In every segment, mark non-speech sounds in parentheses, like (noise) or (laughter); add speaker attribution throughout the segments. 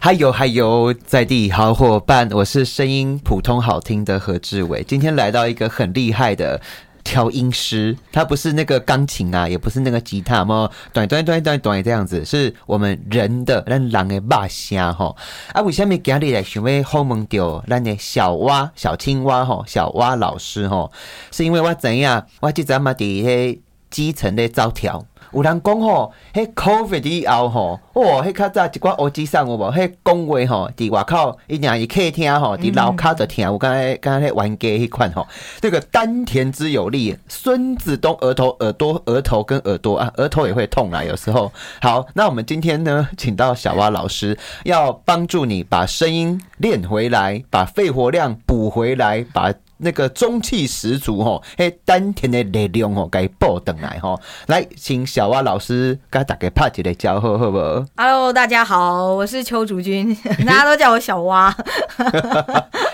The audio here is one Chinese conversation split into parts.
Speaker 1: 嗨有嗨有，在地好伙伴，我是声音普通好听的何志伟。今天来到一个很厉害的调音师，他不是那个钢琴啊，也不是那个吉他嘛，短短短短短这样子，是我们人的咱人的肉声吼。啊，为什么今日来想要访问到咱的小蛙小青蛙吼，小蛙老师吼，是因为我知影我即阵嘛啊伫迄基层咧走跳。有人讲吼，迄 COVID 以后吼，哇，迄较早一寡乌鸡上有无？迄讲话吼，伫外口伊若伊客厅吼，伫楼骹就听，有敢若敢若迄玩家迄款吼，这个丹田之有力，孙子东额头、耳朵、额头跟耳朵啊，额头也会痛啦，有时候。好，那我们今天呢，请到小蛙老师，要帮助你把声音练回来，把肺活量补回来，把那个中气十足吼，迄丹田的力量吼，该补回来吼。来，请小蛙老师跟大家拍一个招呼，好不 (laughs) 好？
Speaker 2: Hello，大家好，我是邱
Speaker 1: (laughs)
Speaker 2: 竹君，大家都叫我小蛙。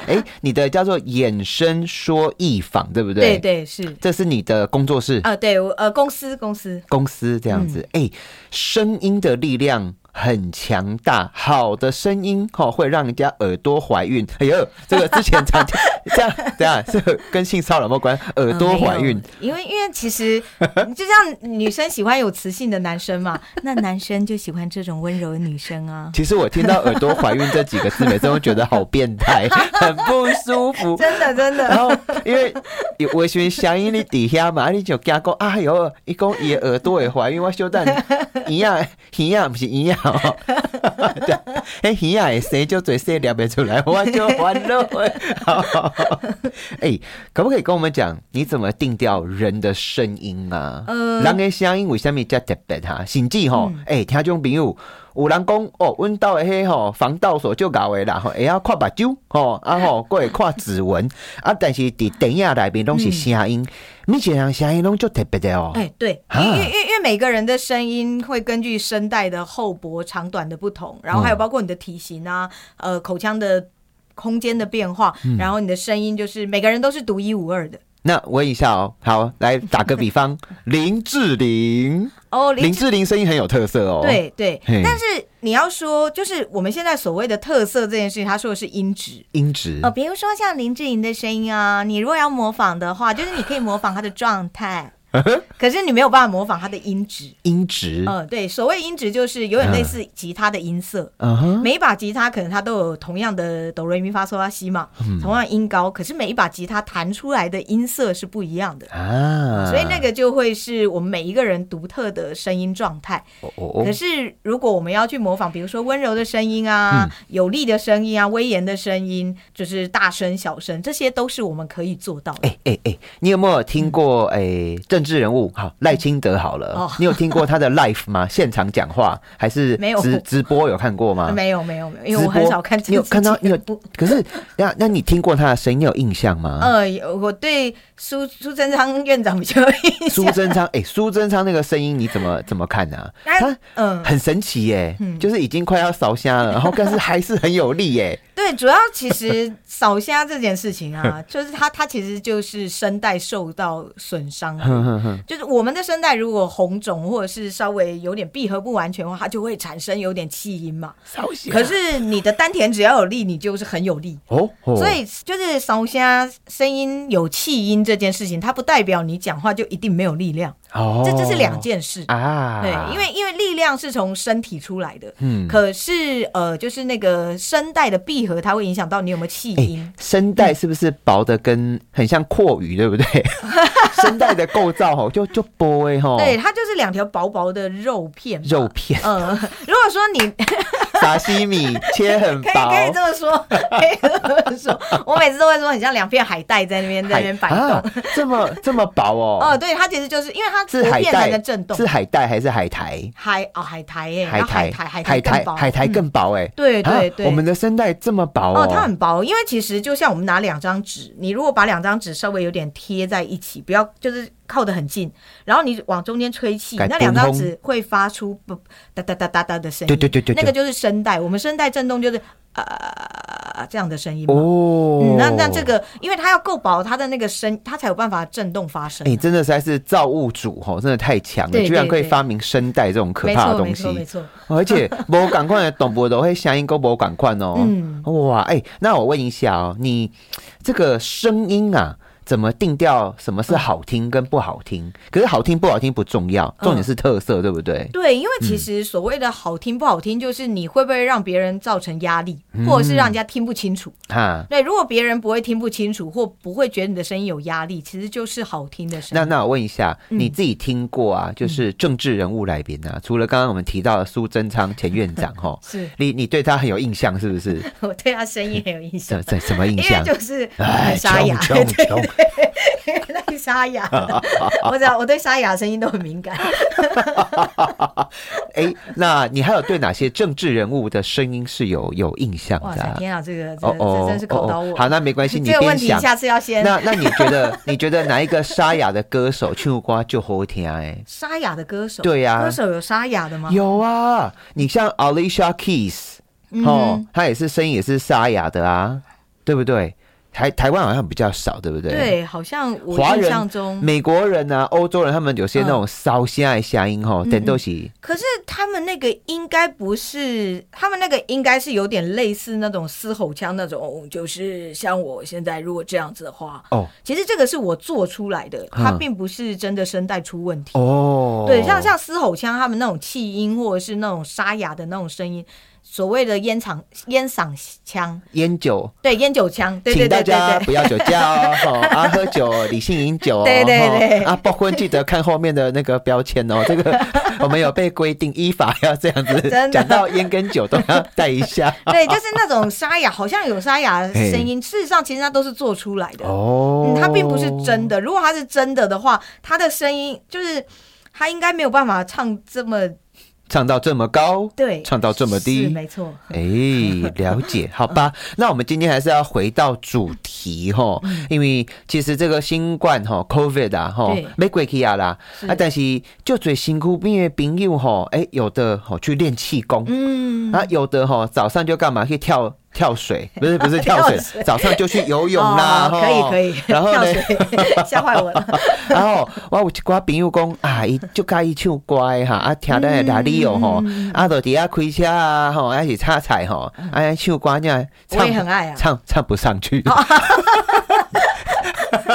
Speaker 1: 哎、你的叫做衍生说艺坊，对不对？
Speaker 2: 对对是，
Speaker 1: 这是你的工作室、
Speaker 2: 啊，对，我呃，公司公司，
Speaker 1: 公司这样子。哎、声音的力量。很强大，好的声音哦，会让人家耳朵怀孕。哎呦，这个之前常 (laughs) 这样这样，这个跟性骚扰有哦没有关？耳
Speaker 2: 呃
Speaker 1: 朵
Speaker 2: 没有
Speaker 1: 怀孕，
Speaker 2: 因为因为
Speaker 1: (laughs)
Speaker 2: 其实就像女生喜欢有磁性的男生嘛，那男生就喜欢这种温柔的女生
Speaker 1: (laughs)
Speaker 2: 啊，
Speaker 1: 其实我听到“耳朵怀孕”这几个字，每次都觉得好变态， (laughs) 很不舒服。
Speaker 2: 真的真
Speaker 1: 然
Speaker 2: 的，
Speaker 1: 后因为有微信响应你底下嘛，啊你就惊讲，哎哟，伊讲伊的耳朵会怀孕，我小
Speaker 2: (laughs)
Speaker 1: 等一样一样，不是一样哦。 (laughs) 对，哎，一样会生就嘴生两不出来，我就欢乐。好 (laughs) 哎、可不可以跟我们讲，你怎么定调人的声音啊？
Speaker 2: 呃嗯
Speaker 1: 人的声音为什么叫特别哈？甚至吼，哎、听众朋友，有人讲哦，阮兜的迄吼防盗锁就搞的啦，吼，会晓看目睭吼，啊吼，过会看指纹啊，但是伫电影内面拢是声音，每一个人声音拢就特别的哦。
Speaker 2: 嗯哎，对，
Speaker 1: 啊
Speaker 2: 因为因为因为每个人的声音会根据声带的厚薄、长短的不同，
Speaker 1: 哦
Speaker 2: 然后还有包括你的体型啊，呃，口腔的空间的变化，
Speaker 1: 嗯
Speaker 2: 然后你的声音就是每个人都是独一无二的。
Speaker 1: 那问一下哦，好，来打个比
Speaker 2: (laughs)
Speaker 1: 方，林志玲，
Speaker 2: 哦，林
Speaker 1: 林志玲声音很有特色哦。，
Speaker 2: 对对，
Speaker 1: 嘿
Speaker 2: 但是你要说，就是我们现在所谓的特色这件事情，他说的是音质。
Speaker 1: 音质
Speaker 2: 呃，比如说像林志颖的声音啊，你如果要模仿的 (laughs) 话，就是你可以模仿他的状
Speaker 1: (laughs)
Speaker 2: 态，可是你没有办法模仿他的音质。
Speaker 1: 音质，
Speaker 2: 呃，对，所谓音质就是有点类似吉他的音色，
Speaker 1: 嗯哼，
Speaker 2: 每一把吉他可能它都有同样的哆来咪发嗦拉西嘛，
Speaker 1: 嗯
Speaker 2: 同样音高，可是每一把吉他弹出来的音色是不一样的，
Speaker 1: 啊，
Speaker 2: 所以那个就会是我们每一个人独特的声音状态。
Speaker 1: 哦哦
Speaker 2: 可是，如果我们要去模仿，比如说温柔的声音啊、
Speaker 1: 嗯
Speaker 2: 有力的声音啊、威严的声音，就是大声、小声，这些都是我们可以做到的。
Speaker 1: 哎哎哎，你有没有听过哎、政治人物好赖清德好了、
Speaker 2: 嗯哦
Speaker 1: 你有听过他的 live 吗？现场讲话还是
Speaker 2: 没有
Speaker 1: 直直播有看过吗？
Speaker 2: 没有，没有，没有，因
Speaker 1: 直
Speaker 2: 为
Speaker 1: 播
Speaker 2: 我很少看这
Speaker 1: 你有看到你有
Speaker 2: 不？
Speaker 1: 可是那那你听过他的声音，你有印象吗？
Speaker 2: 呃，有我对苏苏贞昌院长比较有
Speaker 1: (laughs)
Speaker 2: 印
Speaker 1: 苏
Speaker 2: 象。
Speaker 1: 贞昌，哎、苏贞昌那个声音你怎么怎么看呢、
Speaker 2: 哎
Speaker 1: 他
Speaker 2: 嗯，
Speaker 1: 很神奇耶、 (laughs) 就是已经快要烧瞎了，然后但是还是很有力
Speaker 2: (laughs)
Speaker 1: 耶、
Speaker 2: 对，主要其实扫虾这件事情啊，
Speaker 1: (laughs)
Speaker 2: 就是他他其实就是声带受到损伤啊，
Speaker 1: 哼哼哼，
Speaker 2: 就是我们的声带如果红肿或者是稍微有点闭合不完全的话，它就会产生有点气音嘛。
Speaker 1: 烧瞎。
Speaker 2: 可是你的丹田只要有力，你就是很有力。
Speaker 1: 哦，哦
Speaker 2: 所以就是烧虾声音有气音这件事情，它不代表你讲话就一定没有力量，
Speaker 1: 哦，
Speaker 2: 这这是两件事。
Speaker 1: 啊，
Speaker 2: 对，因为因为力量是从身体出来的，
Speaker 1: 嗯
Speaker 2: 可是呃，就是那个声带的闭合，它会影响到你有没有气音。
Speaker 1: 声带是不是薄的跟很像阔鱼，对不 (laughs) 对？声带的构造吼，就就薄哎吼，
Speaker 2: 对，它就是两条薄薄的肉片嘛。
Speaker 1: 肉片、
Speaker 2: 嗯， (laughs) 如
Speaker 1: (laughs)
Speaker 2: 果说你
Speaker 1: 沙西米切很
Speaker 2: 可以可以
Speaker 1: 薄
Speaker 2: 这，么说，可以这么说。 (laughs) 我每次都会说很像两片海带在那边在那边摆动。
Speaker 1: 啊，这么这么薄
Speaker 2: 哦，
Speaker 1: 哦，
Speaker 2: 对，它其实就是因为它
Speaker 1: 是
Speaker 2: 薄
Speaker 1: 海
Speaker 2: 片才
Speaker 1: 带
Speaker 2: 能震动。
Speaker 1: 是海带还是海苔？
Speaker 2: 海哦，海苔耶，
Speaker 1: 海
Speaker 2: 然后海
Speaker 1: 苔，
Speaker 2: 苔，
Speaker 1: 海
Speaker 2: 苔更
Speaker 1: 苔，
Speaker 2: 薄。嗯
Speaker 1: 海苔更薄哎。
Speaker 2: 对
Speaker 1: 啊
Speaker 2: 对对。
Speaker 1: 我们的声带这么薄
Speaker 2: 哦，它
Speaker 1: 哦，
Speaker 2: 很薄，因为其实就像我们拿两张纸，你如果把两张纸稍微有点贴在一起，不要就是靠得很近，然后你往中间吹气，
Speaker 1: 改
Speaker 2: 那两张
Speaker 1: 咚
Speaker 2: 纸会发出不哒哒哒哒哒的声音。
Speaker 1: 对对对对对
Speaker 2: 那个就是声带，我们声带震动就是呃这样的声音嘛。
Speaker 1: 哦，
Speaker 2: 嗯，那那这个，因为它要够薄，它的那个声，它才有办法震动发声。
Speaker 1: 哎、真的实在是造物主吼，真的太强了，
Speaker 2: 对
Speaker 1: 居然可以
Speaker 2: 对对
Speaker 1: 发明声带这种可
Speaker 2: 没
Speaker 1: 怕
Speaker 2: 错，
Speaker 1: 的
Speaker 2: 没
Speaker 1: 东西
Speaker 2: 错，。没错。
Speaker 1: 哦而且某感官的董博都会声音够某感官哦。
Speaker 2: 嗯
Speaker 1: 哇，哎、那我问一下哦，你这个声音啊，怎么定调什么
Speaker 2: 嗯
Speaker 1: 是好听跟不好听？可是好听不好听不重要，重点
Speaker 2: 嗯
Speaker 1: 是特色，对不对？
Speaker 2: 对，因为
Speaker 1: 嗯
Speaker 2: 其实所谓的好听不好听，就是你会不会让别人造成压力，
Speaker 1: 嗯
Speaker 2: 或者是让人家听不清楚。
Speaker 1: 哈。
Speaker 2: 对，如果别人不会听不清楚，或不会觉得你的声音有压力，其实就是好听的声
Speaker 1: 那
Speaker 2: 音。
Speaker 1: 那我问一下，
Speaker 2: 嗯，
Speaker 1: 你自己听过啊？就是政治人物来宾啊，除了刚刚我们提到的苏贞昌前院长吼
Speaker 2: (laughs) 是
Speaker 1: 你你对他很有印象是不
Speaker 2: (laughs)
Speaker 1: 是？
Speaker 2: 我对他声音很有印象
Speaker 1: 什。什什么 (laughs) 印
Speaker 2: 因为
Speaker 1: 象？
Speaker 2: 就是
Speaker 1: 哎
Speaker 2: 很沙哑，
Speaker 1: 穷穷
Speaker 2: (laughs) 对
Speaker 1: 穷
Speaker 2: 对，太沙哑 (laughs) 了。我只要我对沙哑的声音都很敏
Speaker 1: (laughs)
Speaker 2: 感。
Speaker 1: 哎、那你还有对哪些政治人物的声音是有有印象
Speaker 2: 哇
Speaker 1: 的、
Speaker 2: 塞，
Speaker 1: 啊？
Speaker 2: 天啊，这个这这真是考到我。
Speaker 1: 哦好，那没关系，你
Speaker 2: (laughs) 这个问
Speaker 1: 边
Speaker 2: 题
Speaker 1: 想。
Speaker 2: 下次要先
Speaker 1: 那那你觉得你觉得哪一个沙哑的歌手去瓜就好听
Speaker 2: (laughs)
Speaker 1: 哎、
Speaker 2: 沙哑的歌手。
Speaker 1: 对啊呀
Speaker 2: 歌手有沙哑的吗？
Speaker 1: 有啊，你像 Alicia Keys
Speaker 2: 嗯
Speaker 1: 哦，他也是声音也是沙哑的啊，对不对？台台湾好像比较少，对不对？。
Speaker 2: 对，好像我
Speaker 1: 华
Speaker 2: 印
Speaker 1: 人
Speaker 2: 象中
Speaker 1: 美国人啊，欧洲人，他们有
Speaker 2: 嗯
Speaker 1: 些那种烧心爱乡音吼，等都是
Speaker 2: 可是他们那个应该不是，他们那个应该是有点类似那种嘶吼腔那种，哦就是像我现在如果这样子的话，
Speaker 1: 哦
Speaker 2: 其实这个是我做出来的，
Speaker 1: 嗯
Speaker 2: 它并不是真的声带出问题。
Speaker 1: 哦，
Speaker 2: 对，像像嘶吼腔他们那种气音或者是那种沙哑的那种声音，所谓的烟嗓烟嗓腔，
Speaker 1: 烟酒，
Speaker 2: 对烟酒腔，对
Speaker 1: 请
Speaker 2: 对
Speaker 1: 大
Speaker 2: 对对
Speaker 1: 家
Speaker 2: 对。
Speaker 1: 不要酒驾哦，
Speaker 2: (laughs)
Speaker 1: 吼啊，喝酒理性饮酒哦，
Speaker 2: 对对
Speaker 1: 吼
Speaker 2: 对
Speaker 1: 啊，不婚记得看后面的那个标签
Speaker 2: (laughs)
Speaker 1: 哦，这个我们有被规定依法要这样
Speaker 2: 真
Speaker 1: 子，
Speaker 2: 的
Speaker 1: 讲到烟跟酒都要带一下
Speaker 2: 对，就是那种沙哑，好像有沙哑的声
Speaker 1: (laughs)
Speaker 2: 音。事实上，其实它都是做出来的。
Speaker 1: 哦
Speaker 2: 嗯，它并不是真的。如果它是真的的话，它的声音就是它应该没有办法唱这么
Speaker 1: 唱到这么高，
Speaker 2: 对，
Speaker 1: 唱到这么
Speaker 2: 是
Speaker 1: 低。
Speaker 2: 没错。
Speaker 1: 哎，了
Speaker 2: (laughs)
Speaker 1: 解，好吧。那我们今天还是要回到主题吼，因为其实这个新冠吼 COVID 啊吼
Speaker 2: 嗯对，
Speaker 1: 没鬼去啊啦，
Speaker 2: 是
Speaker 1: 啊，但是就最辛苦病的朋友吼，哎、有的吼去练气功， (laughs)
Speaker 2: 嗯，
Speaker 1: 啊，有的哈，早上就干嘛去跳跳水，不是不是跳水，
Speaker 2: (laughs) 跳水
Speaker 1: 早上就去游泳啦，
Speaker 2: 哦可以
Speaker 1: 吼
Speaker 2: 可以。
Speaker 1: (laughs) 然后
Speaker 2: 跳
Speaker 1: 呢，
Speaker 2: 水吓坏我了。
Speaker 1: (laughs) 然后啊哦我有一寡朋友讲啊，伊就介意唱歌的哈，啊，听咱的哪里哦吼，啊，就底下开车啊吼，还是炒菜吼，啊，唱歌呢，
Speaker 2: 我
Speaker 1: 唱
Speaker 2: 也很爱啊。
Speaker 1: 唱唱不上去。
Speaker 2: 哦
Speaker 1: (laughs)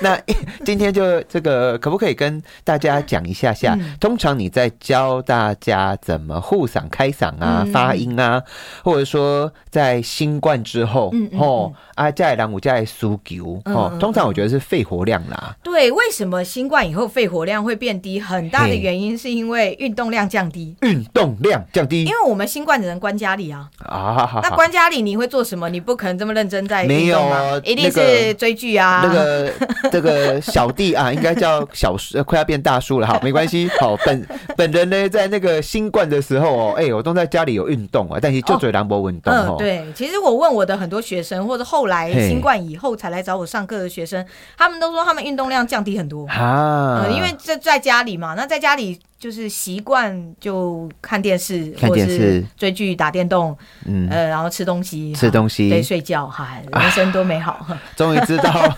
Speaker 1: 那今天就这个，可不可以跟大家讲一下下？
Speaker 2: 嗯
Speaker 1: 通常你在教大家怎么护嗓、开嗓啊、
Speaker 2: 嗯
Speaker 1: 发音啊，或者说在新冠之后，
Speaker 2: 嗯嗯
Speaker 1: 哦，啊，在朗姆在苏球哦
Speaker 2: 嗯嗯，
Speaker 1: 通常我觉得是肺活量啦，
Speaker 2: 对，为什么新冠以后肺活量会变低？很大的
Speaker 1: 嘿
Speaker 2: 原因是因为运动量降低。
Speaker 1: 运动量降低
Speaker 2: 因为我们新冠只能关家里啊，
Speaker 1: 啊，好好
Speaker 2: 那
Speaker 1: 好
Speaker 2: 关家里你会做什么？你不可能这么认真在
Speaker 1: 没
Speaker 2: 运
Speaker 1: 有
Speaker 2: 动啊
Speaker 1: 啊，
Speaker 2: 一定
Speaker 1: 那个
Speaker 2: 是追剧啊，
Speaker 1: 那个这个小弟啊，应该叫小叔，呃快要变大叔了，好，没关系。好，本本人呢，在那个新冠的时候哦，哎、我都在家里有运动啊，但是就嘴凉薄运动
Speaker 2: 嗯
Speaker 1: 哦，，
Speaker 2: 对，其实我问我的很多学生，或者后来
Speaker 1: 嘿
Speaker 2: 新冠以后才来找我上课的学生，他们都说他们运动量降低很多，
Speaker 1: 啊、
Speaker 2: 嗯，因为这在家里嘛，那在家里就是习惯就看电视，
Speaker 1: 看电视
Speaker 2: 或是追剧、打电动，
Speaker 1: 嗯，
Speaker 2: 呃，然后吃东西，
Speaker 1: 吃东西
Speaker 2: 对，睡觉，
Speaker 1: (laughs)
Speaker 2: 哈，人生多美好。
Speaker 1: 终于知
Speaker 2: (laughs)
Speaker 1: 道，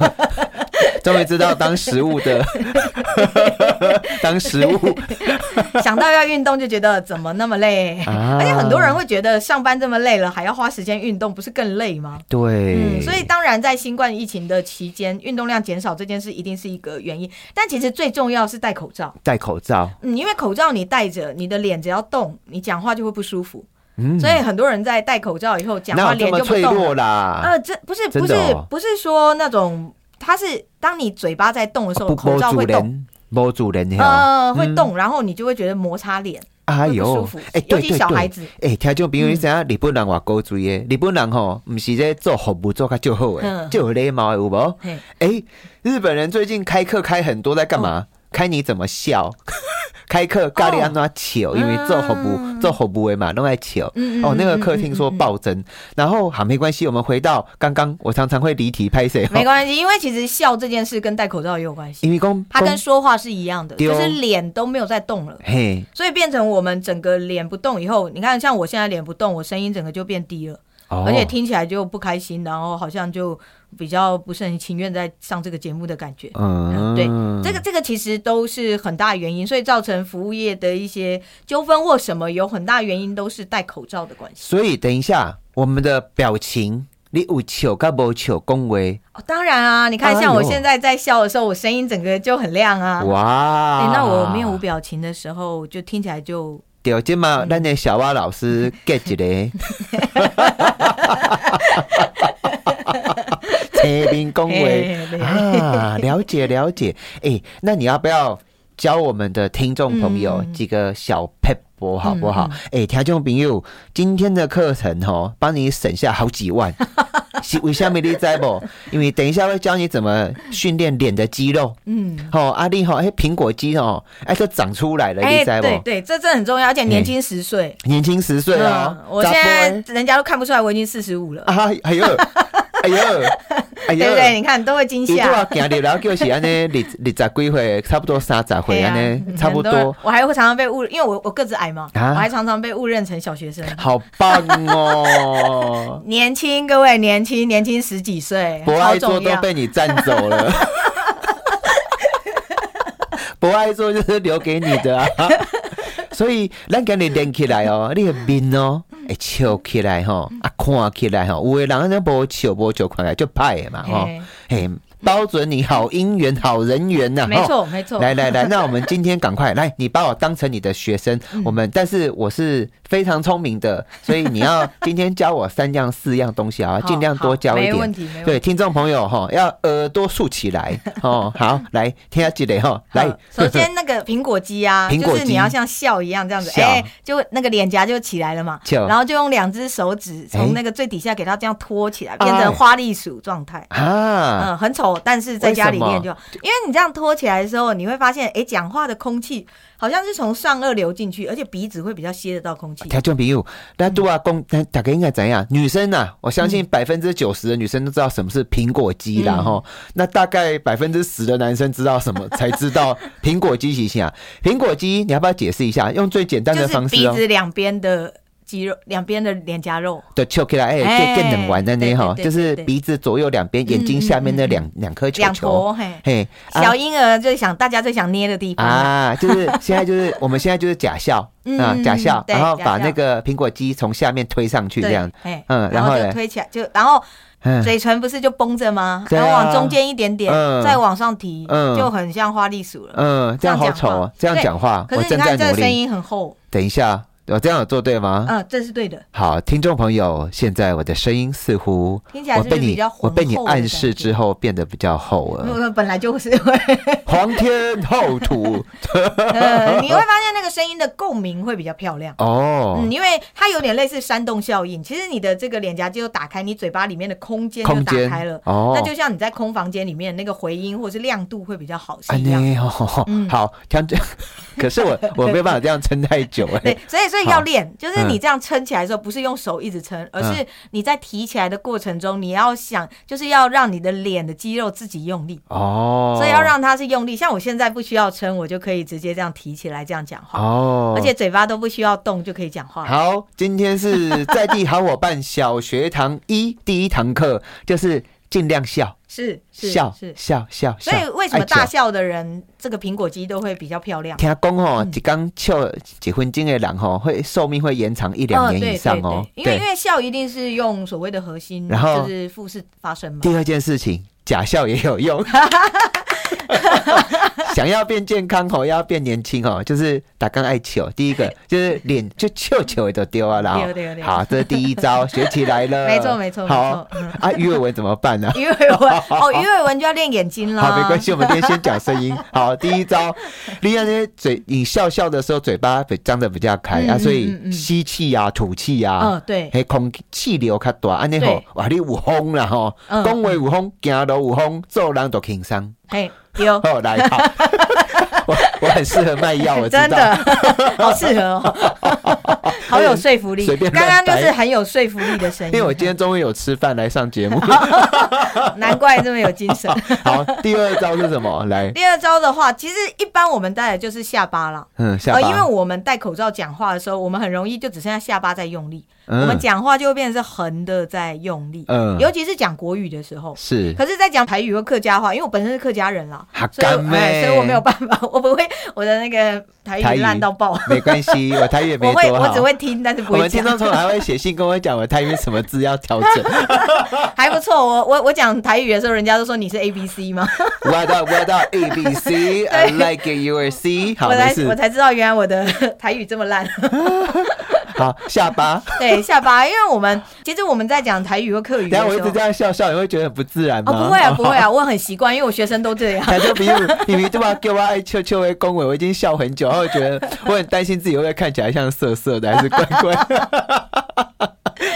Speaker 1: 终于知道当食物的，当食物
Speaker 2: 想到要运动就觉得怎么那么累，
Speaker 1: (laughs) 啊
Speaker 2: 而且哎很多人会觉得上班这么累了，还要花时间运动，不是更累吗？
Speaker 1: 对、
Speaker 2: 嗯，所以当然在新冠疫情的期间，运动量减少这件事一定是一个原因，但其实最重要是戴口罩。
Speaker 1: 戴口罩，
Speaker 2: 嗯，因为口罩你戴着，你的脸只要动，你讲话就会不舒服。所以很多人在戴口罩以后讲
Speaker 1: 嗯哪
Speaker 2: 话
Speaker 1: 有这
Speaker 2: 脸
Speaker 1: 么
Speaker 2: 就不
Speaker 1: 脆
Speaker 2: 动了。
Speaker 1: 弱啦？
Speaker 2: 呃，这不是
Speaker 1: 真
Speaker 2: 不是
Speaker 1: 的哦
Speaker 2: 不是说那种，它是当你嘴巴在动的时候，
Speaker 1: 不，
Speaker 2: 口
Speaker 1: 没
Speaker 2: 罩
Speaker 1: 主
Speaker 2: 会动，
Speaker 1: 人，没主人嘿哦，
Speaker 2: 呃，会动，然后你就会觉得摩擦脸，
Speaker 1: 哎
Speaker 2: 会不舒
Speaker 1: 呦
Speaker 2: 服，，
Speaker 1: 哎、对
Speaker 2: 尤
Speaker 1: 对
Speaker 2: 其
Speaker 1: 对，
Speaker 2: 小孩子。
Speaker 1: 诶、听众朋友，你知
Speaker 2: 嗯
Speaker 1: 影日本人偌古锥诶？日本人吼，毋是咧做服务做较足好诶
Speaker 2: 嗯，
Speaker 1: 就有礼貌的有无？
Speaker 2: 嘿哦
Speaker 1: 诶、日本人最近开课开很多，在干嘛？开你怎么笑， (laughs) 开课咖喱安怎笑，因为做好不做好不为嘛，弄爱笑。
Speaker 2: 哦嗯
Speaker 1: 哦，那个客厅说暴增，然后好没关系，我们回到刚刚，我常常会离题拍谁，
Speaker 2: 没关系，因为其实笑这件事跟戴口罩也有关系，
Speaker 1: 因为公
Speaker 2: 它跟说话是一样的，
Speaker 1: 对
Speaker 2: 就
Speaker 1: 哦
Speaker 2: 是脸都没有在动了。
Speaker 1: 嘿
Speaker 2: 所以变成我们整个脸不动以后，你看像我现在脸不动，我声音整个就变低了，
Speaker 1: 哦，
Speaker 2: 而且听起来就不开心，然后好像就比较不是很情愿在上这个节目的感觉。
Speaker 1: 嗯
Speaker 2: 对这个这个其实都是很大原因，所以造成服务业的一些纠纷或什么，有很大原因都是戴口罩的关系。
Speaker 1: 所以等一下，我们的表情，你有笑跟无笑恭维，
Speaker 2: 哦，当然啊，你看
Speaker 1: 哎呦
Speaker 2: 像我现在在笑的时候，我声音整个就很亮啊。
Speaker 1: 哇
Speaker 2: 哎，那我面无表情的时候，就听起来就
Speaker 1: 对，今
Speaker 2: 嗯
Speaker 1: 嘛，咱的小蛙老师 get
Speaker 2: (laughs)
Speaker 1: 一个， (laughs) 切面恭维
Speaker 2: 嘿对
Speaker 1: 啊，了解了解。哎、那你要不要教我们的听众朋友
Speaker 2: 嗯
Speaker 1: 几个小 p e p 好不好？哎、听众朋友，今天的课程哦，帮你省下好几
Speaker 2: (laughs)
Speaker 1: 万。是为什么你知不？因为等一下会教你怎么训练脸的肌肉。
Speaker 2: 嗯，
Speaker 1: 吼、阿丽吼，哎、苹果肌哦，哎、都长出来了，你知不？
Speaker 2: 哎对对，这真的很重要，而且年轻十岁。
Speaker 1: 年轻十岁哦
Speaker 2: 嗯，我
Speaker 1: 查甫
Speaker 2: 现在
Speaker 1: 的
Speaker 2: 人家都看不出来，我已经四十五了，
Speaker 1: 啊，哎呦，哎呦，哎
Speaker 2: (laughs) 对不对？
Speaker 1: 呦，
Speaker 2: 你看都会惊
Speaker 1: 伊
Speaker 2: 吓。
Speaker 1: 啊行入来，就是安尼，二二十几岁，差不多三十
Speaker 2: 对
Speaker 1: 岁
Speaker 2: 啊
Speaker 1: 安尼，差不。
Speaker 2: 很人
Speaker 1: 多，
Speaker 2: 我还会常常被误，因为我我个子矮嘛，
Speaker 1: 啊
Speaker 2: 我还常常被误认成小学生。！
Speaker 1: 好棒哦
Speaker 2: (laughs) 年轻，各位年轻，年轻十几岁，
Speaker 1: 博
Speaker 2: 好
Speaker 1: 爱座
Speaker 2: 重
Speaker 1: 都
Speaker 2: 要。
Speaker 1: 被你占走了。 (laughs) 博爱座就是留给你的
Speaker 2: (laughs)
Speaker 1: 啊，所以咱给你练起来哦，你的面哦，会笑起来吼，
Speaker 2: 嗯
Speaker 1: 啊看起来吼，有的人那无笑无笑看起来就歹的嘛吼
Speaker 2: 嘿，
Speaker 1: 嘿，包准你好姻缘好人缘呐、啊吼
Speaker 2: 没错，没错。
Speaker 1: 来来来，那我们今天赶快来，你把我当成你的学生，
Speaker 2: 嗯
Speaker 1: 我们但是我是非常聪明的，所以你要今天教我三样四样东西啊，
Speaker 2: 好
Speaker 1: 尽量多教一
Speaker 2: 好没
Speaker 1: 点。
Speaker 2: 问题，没问题。
Speaker 1: 对，听众朋友哈，要耳朵竖起来哦。好，来听下积累哈，来
Speaker 2: 好，首
Speaker 1: (laughs)
Speaker 2: 先那个苹果肌啊，
Speaker 1: 苹果肌
Speaker 2: 就是你要像笑一样这样子，
Speaker 1: 笑
Speaker 2: 哎、就那个脸颊就起来了嘛，
Speaker 1: 就
Speaker 2: 然后就用两只手指
Speaker 1: 哎
Speaker 2: 从那个最底下给它这样托起来，变成花栗鼠状态。
Speaker 1: 啊，
Speaker 2: 嗯，很丑，但是在家里
Speaker 1: 为什
Speaker 2: 面
Speaker 1: 么
Speaker 2: 就好，因为你这样托起来的时候，你会发现，哎、讲话的空气好像是从上颚流进去，而且鼻子会比较吸得到空气。
Speaker 1: 听众朋友，那
Speaker 2: 嗯
Speaker 1: 都啊公，那大家应该怎样？女生呐、我相信百分之九十的女生都知道什么是苹果肌啦，
Speaker 2: 嗯
Speaker 1: 吼、那大概百分之十的男生知道什么，才知道苹果肌是
Speaker 2: (laughs)
Speaker 1: 啥。苹果肌，你要不要解释一下？用最简单
Speaker 2: 就
Speaker 1: 的
Speaker 2: 是
Speaker 1: 方
Speaker 2: 鼻
Speaker 1: 式哦、
Speaker 2: 子两边的肌肉，两边的脸颊肉。
Speaker 1: (laughs) 对，翘起来，哎，
Speaker 2: 哎
Speaker 1: 更更能玩的呢，哈，
Speaker 2: 对
Speaker 1: 就
Speaker 2: 对对嗯
Speaker 1: 是鼻子左右两边，眼睛下面那两两颗球
Speaker 2: 两
Speaker 1: 球，
Speaker 2: 坨嘿，
Speaker 1: 嘿，啊
Speaker 2: 小婴儿最想、大家最想捏的地方啊，
Speaker 1: 啊，就是现在
Speaker 2: (laughs)
Speaker 1: 就是我们现在就是假笑
Speaker 2: 嗯
Speaker 1: 啊，假笑，
Speaker 2: 对
Speaker 1: 然后
Speaker 2: 假
Speaker 1: 把
Speaker 2: 笑
Speaker 1: 那个苹果肌从下面推上去这
Speaker 2: 对
Speaker 1: 样，，
Speaker 2: 哎，
Speaker 1: 嗯然
Speaker 2: 然
Speaker 1: 后
Speaker 2: 后
Speaker 1: 嘞
Speaker 2: 就推起来，就然后
Speaker 1: 嗯，
Speaker 2: 嘴唇不是就绷着吗？
Speaker 1: 对啊
Speaker 2: 然后往中间一点点
Speaker 1: 嗯，
Speaker 2: 再往上提，
Speaker 1: 嗯
Speaker 2: 就很像花栗鼠了。
Speaker 1: 嗯，这样好丑哦，这
Speaker 2: 这
Speaker 1: 样
Speaker 2: 样
Speaker 1: 讲
Speaker 2: 讲
Speaker 1: 话，
Speaker 2: 可
Speaker 1: 我
Speaker 2: 是
Speaker 1: 正
Speaker 2: 你
Speaker 1: 在
Speaker 2: 看这
Speaker 1: 努
Speaker 2: 个声
Speaker 1: 力。啊
Speaker 2: 音很厚，
Speaker 1: 等一下，我这样有做对吗？
Speaker 2: 嗯，这是对的，
Speaker 1: 好，听众朋友，现在我的声音似乎
Speaker 2: 听起来
Speaker 1: 我
Speaker 2: 是不
Speaker 1: 被
Speaker 2: 是比
Speaker 1: 你
Speaker 2: 较浑
Speaker 1: 我
Speaker 2: 厚？
Speaker 1: 被你暗示之，后变得比较厚了，
Speaker 2: (laughs) 我本来就是会，
Speaker 1: 皇天厚
Speaker 2: (laughs)
Speaker 1: 土 (laughs)
Speaker 2: 呃你会发现那个声音的共鸣会比较漂亮。
Speaker 1: 哦。
Speaker 2: 嗯，因为它有点类似山洞效应。其实你的这个脸颊肌肉打开，你嘴巴里面的空间就
Speaker 1: 空
Speaker 2: 打
Speaker 1: 间
Speaker 2: 开了。
Speaker 1: 哦
Speaker 2: 那就像你在空房间里面那个回音或是亮度会比较好是
Speaker 1: 哎
Speaker 2: 一样的。
Speaker 1: 呢，哦
Speaker 2: 嗯
Speaker 1: 好，像这，可是
Speaker 2: (laughs)
Speaker 1: 我我没办法这样撑太久哎
Speaker 2: 对，，所以所以
Speaker 1: 好嗯
Speaker 2: 要练，就是你这样撑起来的时候，不是用手一直撑，而是你在提起来的过程中，你要想，就是要让你的脸的肌肉自己用力，
Speaker 1: 哦，
Speaker 2: 所以要让它是用力。像我现在不需要撑，我就可以直接这样提起来这样讲话，
Speaker 1: 哦，
Speaker 2: 而且嘴巴都不需要动就可以讲话。
Speaker 1: 好，今天是在地好伙伴小学堂一第一堂课，就是尽量笑
Speaker 2: 是是
Speaker 1: 笑
Speaker 2: 是，
Speaker 1: 笑笑笑
Speaker 2: 所，以为什么
Speaker 1: 爱笑
Speaker 2: 大笑的人这个苹果肌都会比较漂亮？
Speaker 1: 听讲
Speaker 2: 嗯
Speaker 1: 吼，一刚笑几分钟的人吼，会寿命会延长一两
Speaker 2: 嗯
Speaker 1: 年以
Speaker 2: 对
Speaker 1: 上
Speaker 2: 对
Speaker 1: 哦
Speaker 2: 对。因为因为笑一定是用所谓的核心，
Speaker 1: 然后
Speaker 2: 就是腹式发声嘛。
Speaker 1: 第二件事情，假笑也有
Speaker 2: (laughs)
Speaker 1: 用。 (laughs) 想要变健康吼，要变年轻哦，就是打刚爱笑。第
Speaker 2: (laughs)
Speaker 1: 一个就是脸就笑笑就丢啊啦
Speaker 2: 对。对对，
Speaker 1: 好，这是第一招，学起来了。
Speaker 2: (laughs) 没错没错没
Speaker 1: 呃好
Speaker 2: (laughs) 错。嗯
Speaker 1: 啊，鱼尾纹怎么办呢、
Speaker 2: 鱼尾纹哦，鱼尾纹就要练眼睛啦。
Speaker 1: 好，没关。
Speaker 2: (laughs)
Speaker 1: 系，我们今天先讲声音。好，第一招，另外呢，嘴你笑笑的时候，嘴巴比张的比较开、啊，
Speaker 2: 嗯
Speaker 1: 所以
Speaker 2: 嗯嗯
Speaker 1: 吸气啊、吐气啊，
Speaker 2: 嗯，对，
Speaker 1: 嘿，空气流较大，安尼吼
Speaker 2: 对，
Speaker 1: 哇，你有风啦吼，
Speaker 2: 嗯
Speaker 1: 讲话有风，行路有风，做人就轻松。 (laughs)
Speaker 2: 嘿，有 (laughs)
Speaker 1: 好，来好，我我很适合卖药，我知道
Speaker 2: 真的 (laughs) 好适合哦， (laughs) 好有说服
Speaker 1: (laughs)
Speaker 2: 力
Speaker 1: 随便。
Speaker 2: 刚
Speaker 1: 乱
Speaker 2: 刚
Speaker 1: 掰
Speaker 2: 就是很有说服力的声音，
Speaker 1: 因为我今天中午有吃饭来上
Speaker 2: (laughs)
Speaker 1: 节目。
Speaker 2: 难怪这么有精
Speaker 1: (laughs)
Speaker 2: 神。
Speaker 1: 好，第二招是什么？来，
Speaker 2: 第二招的话，其实一般我们戴的就是下巴啦，
Speaker 1: 嗯，下
Speaker 2: 呃，
Speaker 1: 巴，
Speaker 2: 因为我们戴口罩讲话的时候，我们很容易就只剩下下巴在用力，我们
Speaker 1: 嗯
Speaker 2: 讲话就会变成是横的在用力，
Speaker 1: 嗯
Speaker 2: 尤其是讲国语的时候。
Speaker 1: 是
Speaker 2: 可是，在讲台语和客家话，因为我本身是客家人啦，
Speaker 1: 哈
Speaker 2: 所以
Speaker 1: 干
Speaker 2: 我哎，
Speaker 1: 妹，
Speaker 2: 所以我没有办法， (laughs) 我不会我的那个台
Speaker 1: 台
Speaker 2: 语
Speaker 1: 语
Speaker 2: 烂到爆，
Speaker 1: 没关系，我台语也没
Speaker 2: 我会
Speaker 1: 多
Speaker 2: 我
Speaker 1: 好
Speaker 2: 只。会听，但是
Speaker 1: (laughs)
Speaker 2: 不
Speaker 1: 我
Speaker 2: 会
Speaker 1: 们听
Speaker 2: 讲。
Speaker 1: 众朋友还会写信跟我讲，我台语什么字要调
Speaker 2: (laughs)
Speaker 1: 整。
Speaker 2: 还不错，我我我讲台语的时候，人家都说你是 A B C 吗？
Speaker 1: What up? What up? A B C. I like it. You are C. 好，
Speaker 2: 我
Speaker 1: 没
Speaker 2: 才
Speaker 1: 事
Speaker 2: 我。才知道原来我的 (laughs) 台语这么烂。
Speaker 1: 好，下
Speaker 2: (laughs)
Speaker 1: 巴。 (laughs)
Speaker 2: 对，下巴，因为我们其实我们在讲台语和客语
Speaker 1: 等一下
Speaker 2: 的
Speaker 1: 我
Speaker 2: 时
Speaker 1: 一直
Speaker 2: 候
Speaker 1: 这，样笑笑，你会觉得很不自然吗？
Speaker 2: 哦，不
Speaker 1: (laughs)
Speaker 2: 会啊，不会啊，我很习惯，因为我学生都这样。 (laughs)
Speaker 1: 他就比如你明对吧，给我爱秋秋为恭维，我已经笑很久，然后我觉得我很担心自己会不会看起来像色色的，还是怪
Speaker 2: (laughs)
Speaker 1: 怪的。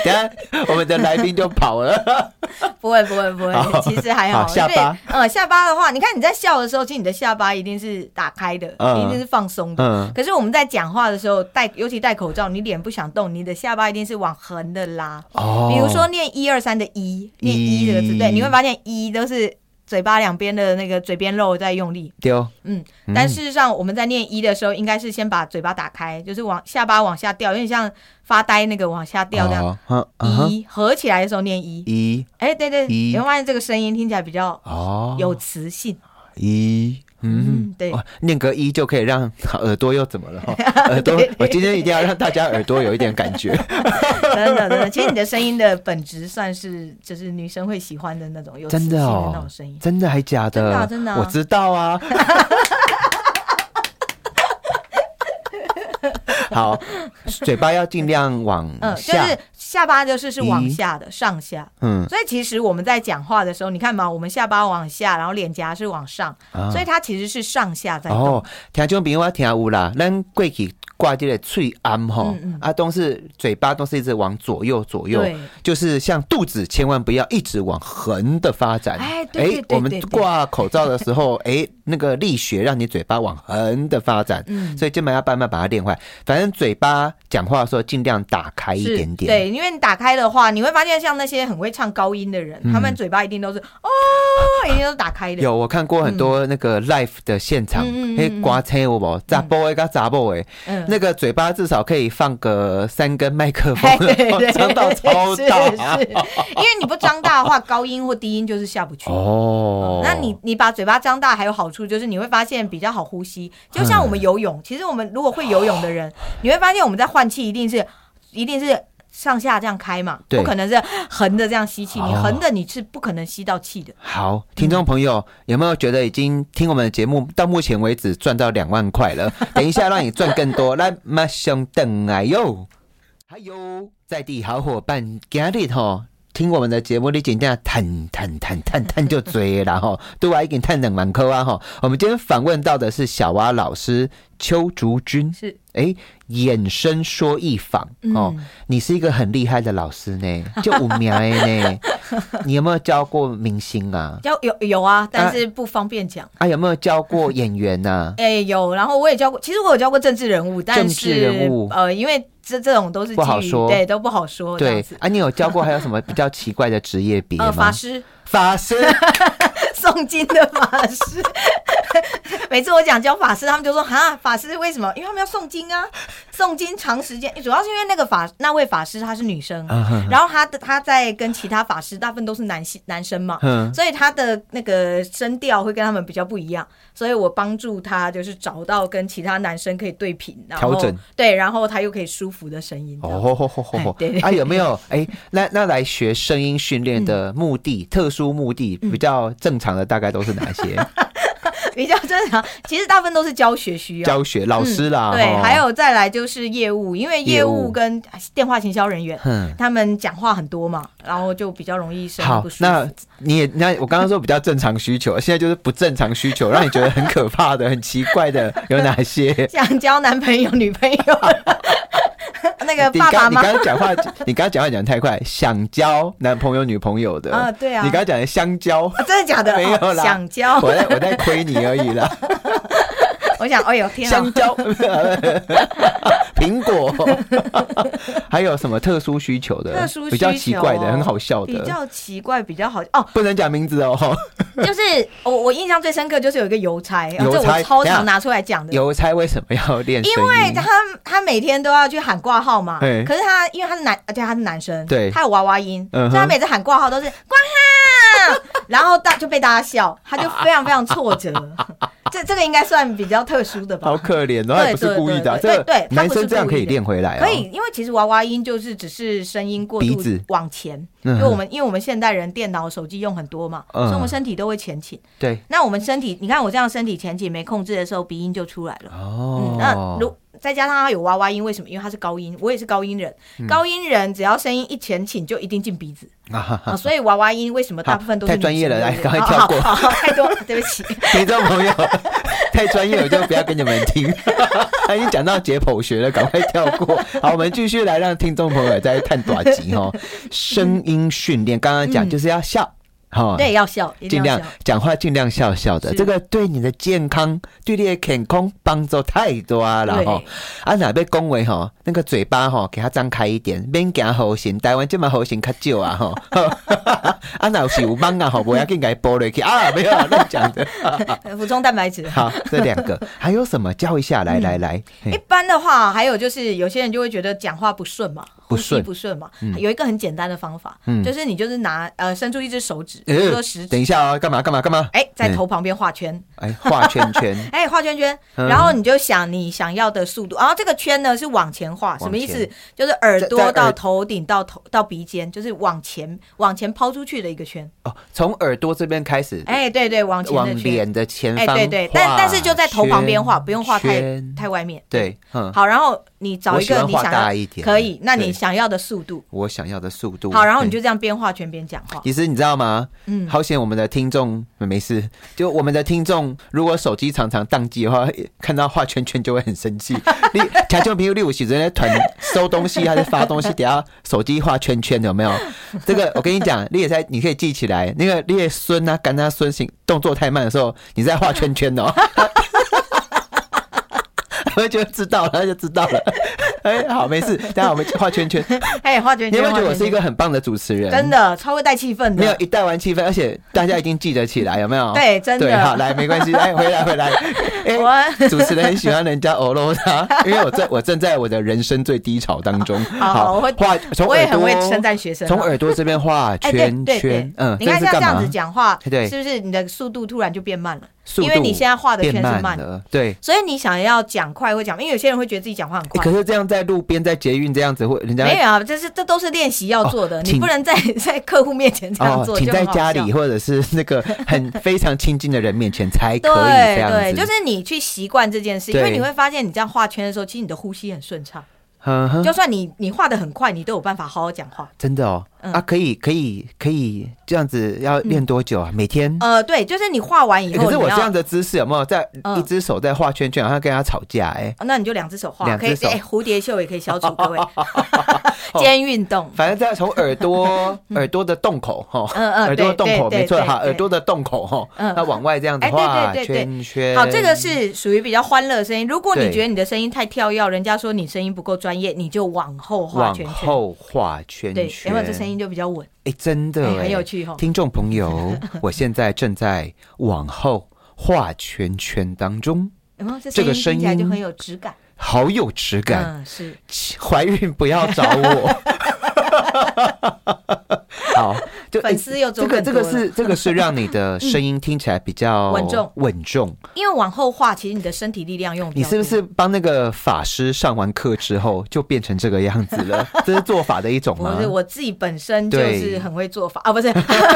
Speaker 1: 等一下我们的来宾就跑了，
Speaker 2: 不会不会不会
Speaker 1: 好，
Speaker 2: 其实还好。
Speaker 1: 好下巴
Speaker 2: 因为，呃，下巴的话，你看你在笑的时候，其实你的下巴一定是打开的，
Speaker 1: 嗯
Speaker 2: 一定是放松的。
Speaker 1: 嗯，
Speaker 2: 可是我们在讲话的时候，戴尤其戴口罩，你脸不想动，你的下巴一定是往横的拉。
Speaker 1: 哦，
Speaker 2: 比如说念一二三的一，念
Speaker 1: 一
Speaker 2: 一这个字，对，你会发现一都是嘴巴两边的那个嘴边肉在用力。
Speaker 1: 丢，
Speaker 2: 嗯，
Speaker 1: 嗯
Speaker 2: 但事实上我们在念一的时候，应该是先把嘴巴打开，就是往下巴往下掉，有点像发呆那个往下掉这样。
Speaker 1: 哦，嗯嗯哼
Speaker 2: 一合起来的时候念一，
Speaker 1: 一
Speaker 2: 哎，对对，
Speaker 1: 一
Speaker 2: 你会发现这个声音听起来比较
Speaker 1: 哦，
Speaker 2: 有磁性。
Speaker 1: 一。嗯
Speaker 2: 嗯，对
Speaker 1: 哇念个一就可以让好耳朵又怎么了？
Speaker 2: (laughs)
Speaker 1: 哈耳朵，我今天一定要让大家耳朵有一点感
Speaker 2: (laughs)
Speaker 1: 觉。
Speaker 2: 真的真的，其实你的声音的本质算是就是女生会喜欢的那种有磁性
Speaker 1: 真的
Speaker 2: 的
Speaker 1: 哦
Speaker 2: 那种声音。
Speaker 1: 真的还假
Speaker 2: 真的
Speaker 1: 的？
Speaker 2: 啊真的啊
Speaker 1: 我知道
Speaker 2: (laughs)
Speaker 1: 啊。好，嘴巴要尽量往
Speaker 2: 嗯，就
Speaker 1: 下，
Speaker 2: 是下巴就是是往
Speaker 1: 一
Speaker 2: 下的上下，
Speaker 1: 嗯，
Speaker 2: 所以其实我们在讲话的时候，你看嘛，我们下巴往下，然后脸颊是往上，
Speaker 1: 啊
Speaker 2: 所以它其实是上下在动。
Speaker 1: 哦，听众朋友我听有啦，咱过去挂这个喙暗吼
Speaker 2: 嗯嗯，
Speaker 1: 啊，都是嘴巴都是一直往左右左右，
Speaker 2: 对，
Speaker 1: 就是像肚子，千万不要一直往横的发展。
Speaker 2: 哎对对对
Speaker 1: 我们
Speaker 2: 对对
Speaker 1: 挂口罩的时候， (laughs) 哎，那个力学让你嘴巴往横的发展，
Speaker 2: 嗯
Speaker 1: 所以肩膀要慢慢把它练坏。反正嘴巴讲话的时候尽量打开一
Speaker 2: 是
Speaker 1: 点点。，
Speaker 2: 嗯对，因为你打开的话，你会发现像那些很会唱高音的人，他们嘴巴一定都是哦，一定都是打开
Speaker 1: 嗯
Speaker 2: 的。
Speaker 1: 有我看过很多那个 l i f e 的现场
Speaker 2: 嗯嗯嗯，
Speaker 1: 嘿，刮车有无？杂波诶，跟杂波诶，
Speaker 2: 嗯，
Speaker 1: 那个嘴巴至少可以放个三根麦克风
Speaker 2: 哎对对，
Speaker 1: (laughs)
Speaker 2: 对，
Speaker 1: 张到超
Speaker 2: 是
Speaker 1: 大
Speaker 2: 是，因为你不张大的话，高音或低音就是下不去。
Speaker 1: 哦。
Speaker 2: 那你你把嘴巴张大还有好处，就是你会发现比较好呼吸。就像我
Speaker 1: 嗯
Speaker 2: 们游泳，其实我们如果会游泳的人，你会发现我们在换气一定是一定是上下这样开嘛，
Speaker 1: 对
Speaker 2: 不可能是横的这样吸气。你
Speaker 1: 哦
Speaker 2: 横的你是不可能吸到气的。
Speaker 1: 好，听众朋友，有没有觉得已经听我们的节目到目前为止赚到两万块
Speaker 2: (laughs)
Speaker 1: 了？等一下让你赚更多，来马上等哎哟！还有在地好伙伴 Get it 吼。听我们的节目，你简单探探探探探就追了吼， (laughs) 对外已经探两万块啊吼。我们今天访问到的是小蛙老师邱竹君，
Speaker 2: 是
Speaker 1: 哎，衍生说一访哦，
Speaker 2: 嗯
Speaker 1: 你是一个很厉害的老师
Speaker 2: (laughs)
Speaker 1: 呢，就五名的呢。你有没有教过明星啊？
Speaker 2: 教有有啊，但是不方便讲。
Speaker 1: 啊，有没有教过演员啊呐、
Speaker 2: (laughs) 哎、有，然后我也教过，其实我有教过政治人物，但
Speaker 1: 政治人
Speaker 2: 是
Speaker 1: 物
Speaker 2: 呃，因为这这种都是基
Speaker 1: 不好
Speaker 2: 于
Speaker 1: 说
Speaker 2: 对都不好说这样
Speaker 1: 对
Speaker 2: 子。
Speaker 1: 啊，你有教过还有什么比较奇怪的职业别吗？
Speaker 2: 呃，法师，
Speaker 1: 法
Speaker 2: (laughs)
Speaker 1: 师，
Speaker 2: 诵经的法师。 (laughs) 每次我讲教法师，他们就说哈，法师为什么？因为他们要诵经啊，诵经长时间，主要是因为那个法那位法师她是女生，
Speaker 1: 啊
Speaker 2: 然后她的她在跟其他法师大部分都是男性男生嘛，
Speaker 1: 嗯，
Speaker 2: 所以她的那个声调会跟他们比较不一样，所以我帮助她就是找到跟其他男生可以对平，然后
Speaker 1: 调整
Speaker 2: 对，然后她又可以舒服的声音。
Speaker 1: 哦吼吼吼吼
Speaker 2: 哎
Speaker 1: 吼
Speaker 2: 对对，
Speaker 1: 啊，有没有？哎、那那来学声音训练
Speaker 2: 嗯
Speaker 1: 的目的、特殊目的比较正常的大概都是哪
Speaker 2: (laughs)
Speaker 1: 些？
Speaker 2: (laughs) 比较正常，其实大部分都是教学需要。
Speaker 1: 教学老师啦，
Speaker 2: 嗯对，
Speaker 1: 吼
Speaker 2: 还，有再来就是业务，因为
Speaker 1: 业
Speaker 2: 业
Speaker 1: 务
Speaker 2: 务跟电话行销人员，
Speaker 1: 嗯。
Speaker 2: 他们讲话很多嘛，然后就比较容易身体
Speaker 1: 好
Speaker 2: 不，舒服。
Speaker 1: 那你也那我刚刚说比较正常需求，现在就是不正常需求，让你觉得很可怕的、很奇怪的有哪些？
Speaker 2: 想交男朋友、女
Speaker 1: (laughs)
Speaker 2: 朋友，那个
Speaker 1: 你
Speaker 2: 爸爸
Speaker 1: 刚你
Speaker 2: 妈
Speaker 1: 刚刚讲话， (laughs) 你刚刚讲话讲得太快，想交男朋友女朋友的
Speaker 2: 啊，对啊，
Speaker 1: 你刚刚讲的香蕉，
Speaker 2: 啊真的假的？
Speaker 1: 没有
Speaker 2: 哦
Speaker 1: 啦
Speaker 2: 想交
Speaker 1: 我在我在亏你而已啦。
Speaker 2: 我想，哎呦 (laughs) 天啊
Speaker 1: 香，蕉、 (laughs) 苹果， (laughs) 还有什么特殊需求的？
Speaker 2: 特殊需求哦
Speaker 1: 比较奇怪的，很好笑
Speaker 2: 比
Speaker 1: 的，
Speaker 2: 较奇怪，比较好哦。
Speaker 1: 不能讲名字哦。
Speaker 2: 就是我我印象最深刻就是有一个邮差，然后这
Speaker 1: 邮差
Speaker 2: 我超
Speaker 1: 等一下
Speaker 2: 常拿出来讲的。
Speaker 1: 邮差为什么要练声
Speaker 2: 因
Speaker 1: 音？
Speaker 2: 为他他每天都要去喊挂号嘛，
Speaker 1: 对
Speaker 2: 可是他因为他是男，而且他是男生，
Speaker 1: 对
Speaker 2: 他有娃娃音，
Speaker 1: 嗯哼
Speaker 2: 所以他每次喊挂号都是挂号， (laughs) 然后大就被大家笑，他就非常非常挫折。 (laughs) 这这个应该算比较特殊的吧
Speaker 1: 好？可怜哦，他也不是故意的啊。
Speaker 2: 对
Speaker 1: 这
Speaker 2: 对对对
Speaker 1: 个
Speaker 2: 对他
Speaker 1: 男
Speaker 2: 不是
Speaker 1: 生这样可以
Speaker 2: 故意的
Speaker 1: 练回来哦。
Speaker 2: 可以，因为其实娃娃音就是只是声音过
Speaker 1: 鼻
Speaker 2: 度
Speaker 1: 子
Speaker 2: 往前，
Speaker 1: 嗯哼
Speaker 2: 就我们因为我们现代人电脑、手机用很多嘛，
Speaker 1: 嗯
Speaker 2: 所以我们身体都会前倾。
Speaker 1: 对
Speaker 2: 那我们身体，你看我这样身体前倾没控制的时候，鼻音就出来了。嗯，那
Speaker 1: 哦。
Speaker 2: 如再加上他有娃娃音，为什么？因为他是高音，我也是高音人，
Speaker 1: 嗯
Speaker 2: 高音人只要声音一前倾就一定进鼻子
Speaker 1: 啊哈
Speaker 2: 啊，
Speaker 1: 哈
Speaker 2: 所以娃娃音为什么大部分都是
Speaker 1: 好太专业了来
Speaker 2: 女生对不对
Speaker 1: 赶快跳过
Speaker 2: 好好好太多了， (laughs) 对不
Speaker 1: (laughs)
Speaker 2: 起。
Speaker 1: 听众朋
Speaker 2: (laughs)
Speaker 1: 友太专业，我就不要跟你们听。 (laughs) 他已经讲到解剖学了，赶快跳过。好，我们继续来让听众朋友再探短集哦。声音训练，刚刚讲就是要笑，哈、
Speaker 2: 嗯对，要笑，一
Speaker 1: 尽
Speaker 2: 定要
Speaker 1: 量
Speaker 2: 笑。
Speaker 1: 讲话，尽量笑笑的，
Speaker 2: 是
Speaker 1: 这个对你的健康、对你的健康帮助太多了
Speaker 2: 对
Speaker 1: 哈。啊，哪被恭维哈，那个嘴巴哈，给它张开一点，免惊喉型。台湾这么喉型较少啊哈。 (laughs) 啊，哪有是有蚊啊哈，不要紧，给它剥落去啊，没有啊乱讲的。
Speaker 2: 呃补充蛋白质。
Speaker 1: (laughs) 好，嗯这两个还有什么？教一下，
Speaker 2: 嗯
Speaker 1: 来来来，嘿
Speaker 2: 一般的话，还有就是有些人就会觉得讲话不顺嘛，
Speaker 1: 不
Speaker 2: 呼吸
Speaker 1: 顺嗯
Speaker 2: 不顺嘛。有一个很简单的方法，就是你就是拿呃伸出一只手指，比如说
Speaker 1: 呃
Speaker 2: 食指，
Speaker 1: 等一下哦，干嘛干嘛干嘛？
Speaker 2: 哎，在
Speaker 1: 嗯
Speaker 2: 头旁边画圈，，
Speaker 1: 哎，画圈圈
Speaker 2: 哎，画圈圈，
Speaker 1: 嗯
Speaker 2: 然后你就想你想要的速度，然后这个圈呢是往前画，
Speaker 1: 前
Speaker 2: 什么意思？就是耳
Speaker 1: 在在
Speaker 2: 朵
Speaker 1: 耳
Speaker 2: 到头顶到头到鼻尖，就是往前往前抛出去的一个圈。
Speaker 1: 哦，从耳朵这边开始，
Speaker 2: 哎，对对，往前
Speaker 1: 呃往
Speaker 2: 的圈。
Speaker 1: 脸的前
Speaker 2: 哎，
Speaker 1: 方画
Speaker 2: 对
Speaker 1: 圈，
Speaker 2: 对，但但是就在头旁边画，不用画太
Speaker 1: 圈
Speaker 2: 太外面。，
Speaker 1: 对，嗯，
Speaker 2: 好，然后你找
Speaker 1: 我
Speaker 2: 一
Speaker 1: 喜
Speaker 2: 个
Speaker 1: 欢
Speaker 2: 你
Speaker 1: 画
Speaker 2: 想
Speaker 1: 大
Speaker 2: 要
Speaker 1: 一点，
Speaker 2: 可以，那
Speaker 1: 对
Speaker 2: 你想要的速度。
Speaker 1: 我想要的速度。
Speaker 2: 好，然后你
Speaker 1: 对
Speaker 2: 就这样边画圈边讲话。
Speaker 1: 其实你知道吗？
Speaker 2: 嗯
Speaker 1: 好险我们的听众没事，就我们的听众如果手机常常宕机的话，看到画圈圈就会很生
Speaker 2: (laughs)
Speaker 1: 气。你假就比如例如喜人在团收东西还是发东西，等下手机画圈圈有没有？这个我跟你讲，你也在你可以记起来，那个列孙啊、干啊、孙行动作太慢的时候，你在画圈圈
Speaker 2: (laughs)
Speaker 1: 哦。我就知道了，就知道了。哎、好，没事。等下我们画圈圈。
Speaker 2: 哎，画圈
Speaker 1: 你
Speaker 2: 圈，
Speaker 1: 有没有觉得我
Speaker 2: 画圈
Speaker 1: 是一
Speaker 2: 圈
Speaker 1: 个很棒的主持人？
Speaker 2: 真的超会带气氛
Speaker 1: 没有
Speaker 2: 的？
Speaker 1: 一带完气氛，而且大家一定记得起来，有没有？
Speaker 2: 对，真
Speaker 1: 对，好，
Speaker 2: 的。
Speaker 1: 来，没关
Speaker 2: (laughs)
Speaker 1: 系，来，回来，回来。哎、
Speaker 2: 我
Speaker 1: 主持人很喜欢人家欧罗他，因为我正我正在我的人生最低潮当
Speaker 2: (laughs)
Speaker 1: 中。
Speaker 2: 好好哦我会
Speaker 1: 画从
Speaker 2: 我也
Speaker 1: 耳
Speaker 2: 很会称
Speaker 1: 朵，
Speaker 2: 赞学生啊，
Speaker 1: 从耳朵这边画
Speaker 2: 哎，对
Speaker 1: 圈
Speaker 2: 对
Speaker 1: 圈
Speaker 2: 对，，
Speaker 1: 嗯，
Speaker 2: 你看
Speaker 1: 这是
Speaker 2: 像这
Speaker 1: 干
Speaker 2: 样
Speaker 1: 嘛
Speaker 2: 子？讲话，
Speaker 1: 对
Speaker 2: 是不是你的速度突然就变慢了？
Speaker 1: 速
Speaker 2: 因为你
Speaker 1: 度
Speaker 2: 现在画的圈
Speaker 1: 变
Speaker 2: 是慢
Speaker 1: 慢
Speaker 2: 的，
Speaker 1: 了，对。
Speaker 2: 所以你想要讲快会讲，因为有些人会觉得自己讲话很
Speaker 1: 哎
Speaker 2: 快
Speaker 1: 可。是这样在路边在捷运这样子，会人家
Speaker 2: 没有啊，这是这都是练习要做的，
Speaker 1: 哦
Speaker 2: 你
Speaker 1: 请
Speaker 2: 不能在在客户面前这样
Speaker 1: 哦
Speaker 2: 做，，
Speaker 1: 请
Speaker 2: 就
Speaker 1: 在
Speaker 2: 很好
Speaker 1: 家
Speaker 2: 笑
Speaker 1: 里。或者是那个很非常亲近的人面前才可
Speaker 2: 对
Speaker 1: 以这样子。
Speaker 2: 对，就是你去习惯这件事，因为
Speaker 1: 对
Speaker 2: 你会发现你这样画圈的时候，其实你的呼吸很顺畅，
Speaker 1: 嗯哼
Speaker 2: 就算你你画的很快，你都有办法好好讲话。
Speaker 1: 真的哦，
Speaker 2: 嗯
Speaker 1: 啊，可以可以可以这样子要练多久啊？每天？
Speaker 2: 呃，对，就是你画完以
Speaker 1: 欸
Speaker 2: 后，
Speaker 1: 可是
Speaker 2: 你
Speaker 1: 我这
Speaker 2: 要
Speaker 1: 样的姿势有没有在
Speaker 2: 嗯
Speaker 1: 一只手在画圈圈，好像跟他吵架？哎，
Speaker 2: 那你就两只手画，
Speaker 1: 两
Speaker 2: 可以
Speaker 1: 只手
Speaker 2: 哎，蝴蝶袖也可以消除各
Speaker 1: (laughs)
Speaker 2: 位 (laughs) 肩运动。
Speaker 1: 反正在从耳
Speaker 2: (laughs)
Speaker 1: 朵耳朵的洞口哈，吼
Speaker 2: 嗯嗯嗯
Speaker 1: 耳朵的洞口
Speaker 2: 对对
Speaker 1: 没错
Speaker 2: 对
Speaker 1: 哈，
Speaker 2: 对
Speaker 1: 耳朵的洞口哈，
Speaker 2: 嗯
Speaker 1: 那往外这样子
Speaker 2: 哎对
Speaker 1: 画
Speaker 2: 对对对
Speaker 1: 圈圈。
Speaker 2: 好，这个是属于比较欢乐的声音。如果你
Speaker 1: 对
Speaker 2: 觉得你的声音太跳跃，人家说你声音不够专业，你就往后画
Speaker 1: 往
Speaker 2: 圈圈。
Speaker 1: 后画圈
Speaker 2: 对，
Speaker 1: 圈，
Speaker 2: 有没有这声？音就比较稳？
Speaker 1: 哎，真的
Speaker 2: 哎
Speaker 1: 哎，
Speaker 2: 很有趣哦
Speaker 1: 听众朋
Speaker 2: (laughs)
Speaker 1: 友，我现在正在往后画圈圈当中，
Speaker 2: 有没有这
Speaker 1: 这
Speaker 2: 声
Speaker 1: 个
Speaker 2: 音
Speaker 1: 声
Speaker 2: 听起来就
Speaker 1: 音
Speaker 2: 很有质感？
Speaker 1: 好有质感。
Speaker 2: 嗯，
Speaker 1: (laughs)
Speaker 2: 是。
Speaker 1: 怀孕不要找我。好，就
Speaker 2: 粉丝又
Speaker 1: 这
Speaker 2: 走
Speaker 1: 个
Speaker 2: 更
Speaker 1: 这
Speaker 2: 多
Speaker 1: 个
Speaker 2: 了嗯
Speaker 1: 是这个是让你
Speaker 2: (laughs)
Speaker 1: 的声音听起来比较
Speaker 2: 稳重
Speaker 1: 稳重。
Speaker 2: 因为往后画，其实你的身体力量用得比
Speaker 1: 你
Speaker 2: 较
Speaker 1: 是
Speaker 2: 多
Speaker 1: 不是帮那个法师上完课之后就变成这个样子了？
Speaker 2: (laughs)
Speaker 1: 这是做法的一种吗
Speaker 2: 不？是我自己本身就
Speaker 1: 对
Speaker 2: 是很会做法啊，不是，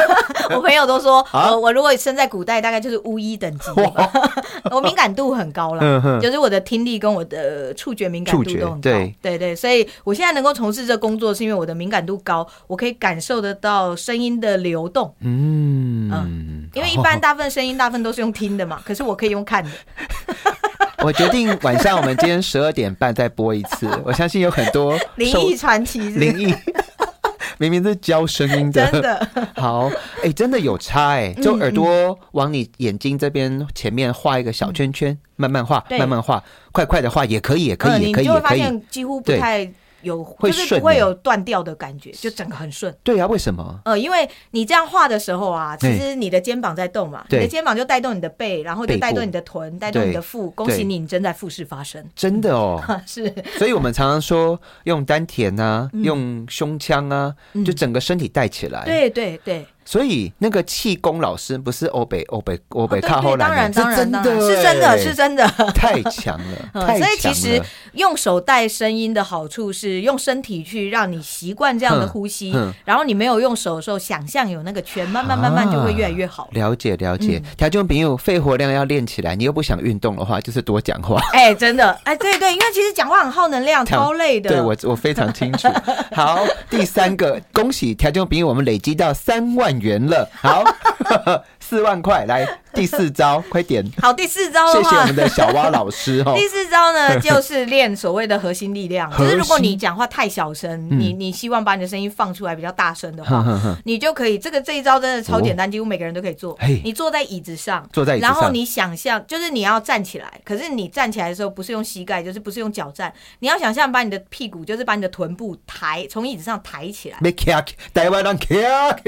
Speaker 2: (laughs) 我朋友都说，呃
Speaker 1: 啊
Speaker 2: 我我如果生在古代，大概就是巫医等级 (laughs) 吧，
Speaker 1: (laughs)
Speaker 2: 我哦敏感度很高
Speaker 1: 嗯
Speaker 2: 啦，
Speaker 1: 哼
Speaker 2: 就是我的听力跟我的触觉敏感度
Speaker 1: 触觉
Speaker 2: 都很高，
Speaker 1: 对
Speaker 2: 对对，所以我现在能够从事这工作，是因为我的敏感度高，我可以感受得到声音的流动，
Speaker 1: 嗯，
Speaker 2: 因为一般大部分声音大部分都是用听的嘛，
Speaker 1: (laughs)
Speaker 2: 可是我可以用看的，
Speaker 1: 我决定晚上我们今天
Speaker 2: (laughs)
Speaker 1: 十二点半再播一次。我相信有很多
Speaker 2: 灵
Speaker 1: 受
Speaker 2: 异传奇是不是
Speaker 1: 灵异。 (laughs) 明明是教声音的，
Speaker 2: 真的。
Speaker 1: 好，哎、真的有差哎、
Speaker 2: 嗯
Speaker 1: 就耳朵往你眼睛这边前面画一个小圈圈，慢慢画，
Speaker 2: 嗯对
Speaker 1: 慢慢画，快快的画也可以，也 (laughs) 可
Speaker 2: 呃
Speaker 1: 以，也
Speaker 2: (laughs) 你
Speaker 1: 可以，
Speaker 2: 就会
Speaker 1: 也
Speaker 2: 发
Speaker 1: 可以。
Speaker 2: 现几乎不
Speaker 1: 对
Speaker 2: 太有，
Speaker 1: 会
Speaker 2: 就是
Speaker 1: 顺
Speaker 2: 不会
Speaker 1: 欸
Speaker 2: 有断掉的感觉，就整个很顺。
Speaker 1: 对啊，为什么？
Speaker 2: 呃，因为你这样画的时候啊，其
Speaker 1: 对
Speaker 2: 实你的肩膀在动嘛，你
Speaker 1: 对
Speaker 2: 的肩膀就带动你的背，然后就
Speaker 1: 背
Speaker 2: 带
Speaker 1: 部
Speaker 2: 动你的臀，带动你的腹。恭喜你，你正在腹式发声。
Speaker 1: 真的哦，
Speaker 2: (laughs) 是，
Speaker 1: 所以我们常常说用丹田啊，用胸腔啊，就整个身体带起来。，
Speaker 2: 嗯对对对，
Speaker 1: 所以那个气功老师不是欧北欧北欧
Speaker 2: 哦对
Speaker 1: 北卡后
Speaker 2: 对，
Speaker 1: 来
Speaker 2: 当然
Speaker 1: 的哎
Speaker 2: 当然当然，
Speaker 1: 是
Speaker 2: 是真的是真的。
Speaker 1: 太强了，
Speaker 2: (laughs) 嗯
Speaker 1: 太强了。
Speaker 2: 所以其实用手带声音的好处是，用身体去让你习惯这样的呼吸，
Speaker 1: 嗯嗯
Speaker 2: 然后你没有用手的时候，想象有那个圈，慢慢慢慢就会越来越好。
Speaker 1: 了解了解，
Speaker 2: 嗯
Speaker 1: 条件朋友肺活量要练起来，你又不想运动的话，就是多讲话。
Speaker 2: 哎、真的，哎、对对，因为其实讲话很耗能量，
Speaker 1: 讲
Speaker 2: 超累的。
Speaker 1: 对我我非常清
Speaker 2: (laughs)
Speaker 1: 楚。好，第三个，恭喜条件朋友，我们累积到三万元了。好， (laughs) 四万块，来第四招，快点。
Speaker 2: 好，第四招的
Speaker 1: 谢谢我
Speaker 2: 话，
Speaker 1: 们的小蛙老师哦。
Speaker 2: 第四招
Speaker 1: (laughs)
Speaker 2: 呢就是练所谓的核心力量，就是如果
Speaker 1: 核心嗯
Speaker 2: 你讲话太小声，你你希望把你的声音放出来比较大声的
Speaker 1: 哼
Speaker 2: 话。
Speaker 1: 哼哼
Speaker 2: 你就可以，这个这一招真的超简单，几乎每个人都可以做
Speaker 1: 哦嘿。
Speaker 2: 你坐在椅子上，
Speaker 1: 坐在椅子
Speaker 2: 然后
Speaker 1: 上
Speaker 2: 你想象，就是你要站起来，可是你站起来的时候不是用膝盖，就是不是用脚站，你要想象把你的屁股，就是把你的臀部抬，从椅子上抬起来。
Speaker 1: 被卡起，台湾人卡起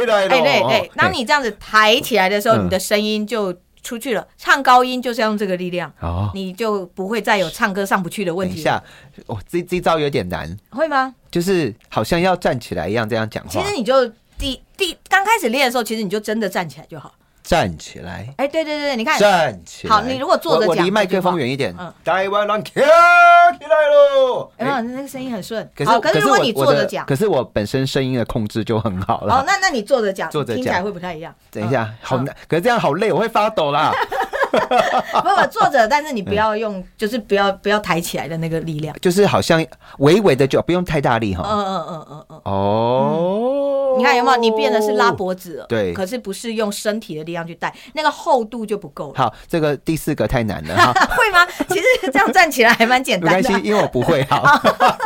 Speaker 1: 来了。
Speaker 2: 哎，对对，当
Speaker 1: 哦嘿
Speaker 2: 你这样子抬起来的时候，
Speaker 1: 嗯
Speaker 2: 你的声音就出去了。唱高音就是要用这个力量，
Speaker 1: 哦，
Speaker 2: 你就不会再有唱歌上不去的问
Speaker 1: 等一
Speaker 2: 题。
Speaker 1: 下，哦，这这招有点难，
Speaker 2: 会吗？
Speaker 1: 就是好像要站起来一样这样讲
Speaker 2: 其
Speaker 1: 话
Speaker 2: 实，你就第第刚开始练的时候，其实你就真的站起来就好。站
Speaker 1: 站起来。
Speaker 2: 哎，对对对，你看，
Speaker 1: 站起来。
Speaker 2: 好你如果坐着
Speaker 1: 我我
Speaker 2: 讲
Speaker 1: 离麦克
Speaker 2: 这句话
Speaker 1: 风远一点
Speaker 2: 嗯。
Speaker 1: 台湾人跳起来喽！
Speaker 2: 有没有
Speaker 1: 哎
Speaker 2: 那个声音很顺？
Speaker 1: 可
Speaker 2: 好，
Speaker 1: 是
Speaker 2: 可是如
Speaker 1: 我
Speaker 2: 果你坐着讲
Speaker 1: 我的，可是我本身声音的控制就很好
Speaker 2: 哦
Speaker 1: 了，。
Speaker 2: 那那你坐着讲，
Speaker 1: 坐着
Speaker 2: 听起来
Speaker 1: 讲
Speaker 2: 会不太一样。
Speaker 1: 等一下，好难，可是这样好累，我会发抖
Speaker 2: (laughs)
Speaker 1: 啦。
Speaker 2: 嗯，不不，坐着，但是你不要用，就是不要不要抬起来的那个力量。
Speaker 1: 就是好像微微的就不用太大力
Speaker 2: 嗯
Speaker 1: 哈。
Speaker 2: 嗯嗯嗯嗯。
Speaker 1: 哦，
Speaker 2: 你看有没有？你变的是拉。脖子了，
Speaker 1: 对
Speaker 2: 可是不是用身体的力量去带，那个厚度就不够了，
Speaker 1: 好，这个第四个太难了
Speaker 2: (laughs)
Speaker 1: 哈，
Speaker 2: 会吗？其实这样站起来还蛮简
Speaker 1: 没
Speaker 2: 单
Speaker 1: 关系
Speaker 2: 的啊，，
Speaker 1: 因为我不会好。
Speaker 2: 哦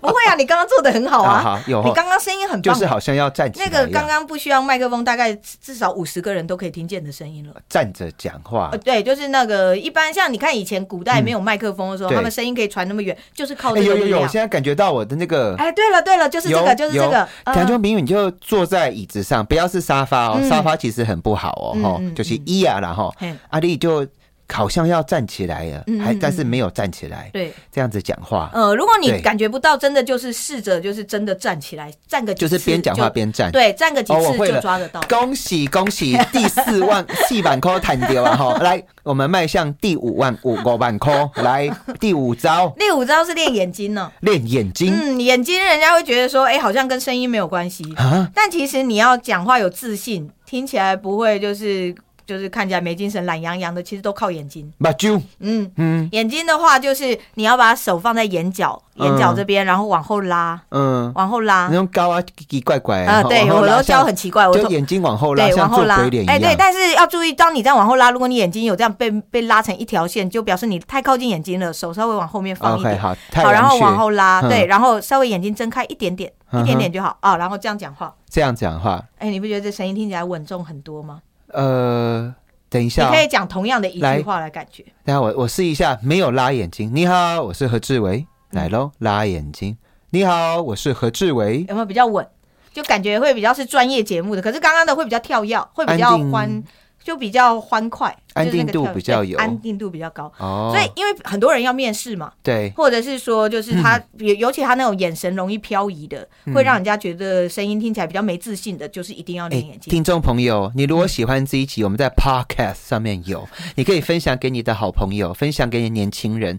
Speaker 2: 不会啊，你刚刚做的很好
Speaker 1: 啊
Speaker 2: 啊，
Speaker 1: (laughs) 好，有
Speaker 2: 你刚刚声音很
Speaker 1: 就
Speaker 2: 棒，
Speaker 1: 是好像要站起来
Speaker 2: 那
Speaker 1: 一样，
Speaker 2: 个刚刚不需要麦克风，大概至少五十个人都可以听见的声音了。
Speaker 1: 站着讲话
Speaker 2: 呃，，对，就是那个一般像你看以前古代没有麦克风的时候，
Speaker 1: 嗯对
Speaker 2: 他们声音可以传那么远，就是靠
Speaker 1: 哎
Speaker 2: 这个
Speaker 1: 有
Speaker 2: 力
Speaker 1: 有有，我
Speaker 2: 量。
Speaker 1: 现在感觉到我的那个
Speaker 2: 哎，对了对了，就是这
Speaker 1: 有
Speaker 2: 个，就是这个。
Speaker 1: 有
Speaker 2: 嗯
Speaker 1: 田中明宇，你就坐在椅子上，不要是沙发哦，
Speaker 2: 嗯
Speaker 1: 沙发其实很不好哦，
Speaker 2: 嗯
Speaker 1: 哈、
Speaker 2: 嗯
Speaker 1: 就是椅啊啦哈。
Speaker 2: 嘿
Speaker 1: 阿丽就好像要站起来了，
Speaker 2: 嗯嗯
Speaker 1: 还
Speaker 2: 嗯
Speaker 1: 但是没有站起来，
Speaker 2: 对，
Speaker 1: 这样子讲话，
Speaker 2: 呃，如果你
Speaker 1: 对
Speaker 2: 感觉不到，真的就是试着就是真的站起来，站个几
Speaker 1: 就是
Speaker 2: 次
Speaker 1: 边讲话
Speaker 2: 就
Speaker 1: 边站。
Speaker 2: 对，站个几
Speaker 1: 哦我
Speaker 2: 次
Speaker 1: 会
Speaker 2: 就
Speaker 1: 了
Speaker 2: 抓得到。
Speaker 1: 恭喜恭喜，第四
Speaker 2: (laughs)
Speaker 1: 万四万块弹掉啊！哈，来，我们迈向第五万五五万块，来第五招
Speaker 2: 第五招是练眼睛
Speaker 1: (laughs)
Speaker 2: 呢，
Speaker 1: 练眼睛、
Speaker 2: 嗯，眼睛人家会觉得说，哎，好像跟声音没有关系，
Speaker 1: 啊！
Speaker 2: 但其实你要讲话有自信，听起来不会就是就是看起来没精神、懒洋洋的，其实都靠眼睛。
Speaker 1: 把啾，
Speaker 2: 嗯，
Speaker 1: 嗯
Speaker 2: 眼睛的话就是你要把手放在眼角，
Speaker 1: 嗯
Speaker 2: 眼角这边，然后往后拉，
Speaker 1: 嗯，
Speaker 2: 往后拉
Speaker 1: 那。种高啊奇奇怪怪
Speaker 2: 啊，对
Speaker 1: 往后
Speaker 2: 我
Speaker 1: 拉
Speaker 2: 都教
Speaker 1: 像
Speaker 2: 很奇怪，我
Speaker 1: 就
Speaker 2: 都。
Speaker 1: 眼睛往后拉，
Speaker 2: 对，往
Speaker 1: 像
Speaker 2: 后
Speaker 1: 做
Speaker 2: 拉
Speaker 1: 鬼脸一，样。
Speaker 2: 哎，对，但是要注意，当你这样往后拉，如果你眼睛有这样被被拉成一条线，就表示你太靠近眼睛了，手稍微往后面放一
Speaker 1: OK，
Speaker 2: 点，
Speaker 1: 好，太
Speaker 2: 好，然
Speaker 1: 阳
Speaker 2: 后
Speaker 1: 穴
Speaker 2: 往后拉，
Speaker 1: 嗯
Speaker 2: 对，然后稍微眼睛睁开一点点，一点点就好啊，然后这样讲话，
Speaker 1: 这样讲话。
Speaker 2: 哎，你不觉得这声音听起来稳重很多吗？
Speaker 1: 呃，等一
Speaker 2: 你
Speaker 1: 下哦、
Speaker 2: 可以讲同样的一句
Speaker 1: 来
Speaker 2: 话来感觉，
Speaker 1: 等一下我我试一下，没有拉眼睛。你好，我是何志伟，
Speaker 2: 嗯
Speaker 1: 来喽，拉眼睛。你好，我是何志伟。
Speaker 2: 有没有比较稳？就感觉会比较是专业节目的，可是刚刚的会比较跳跃，会比较
Speaker 1: 安定
Speaker 2: 欢，就比较欢快，
Speaker 1: 安定度
Speaker 2: 就是那个跳
Speaker 1: 比较有
Speaker 2: 对安定度比较高。
Speaker 1: 哦，
Speaker 2: 所以，因为很多人要面试嘛，
Speaker 1: 对，
Speaker 2: 或者是说，就是他，
Speaker 1: 嗯
Speaker 2: 尤、尤其他那种眼神容易漂移的，会让人家觉得声音听起来比较没自信的，就是一定要
Speaker 1: 哎
Speaker 2: 练眼，睛。嗯
Speaker 1: 听众朋友，你如果喜欢这一集，我们在 Podcast 上面有，
Speaker 2: (laughs)
Speaker 1: 你可以分享给你的好朋友，分享给你的年轻人，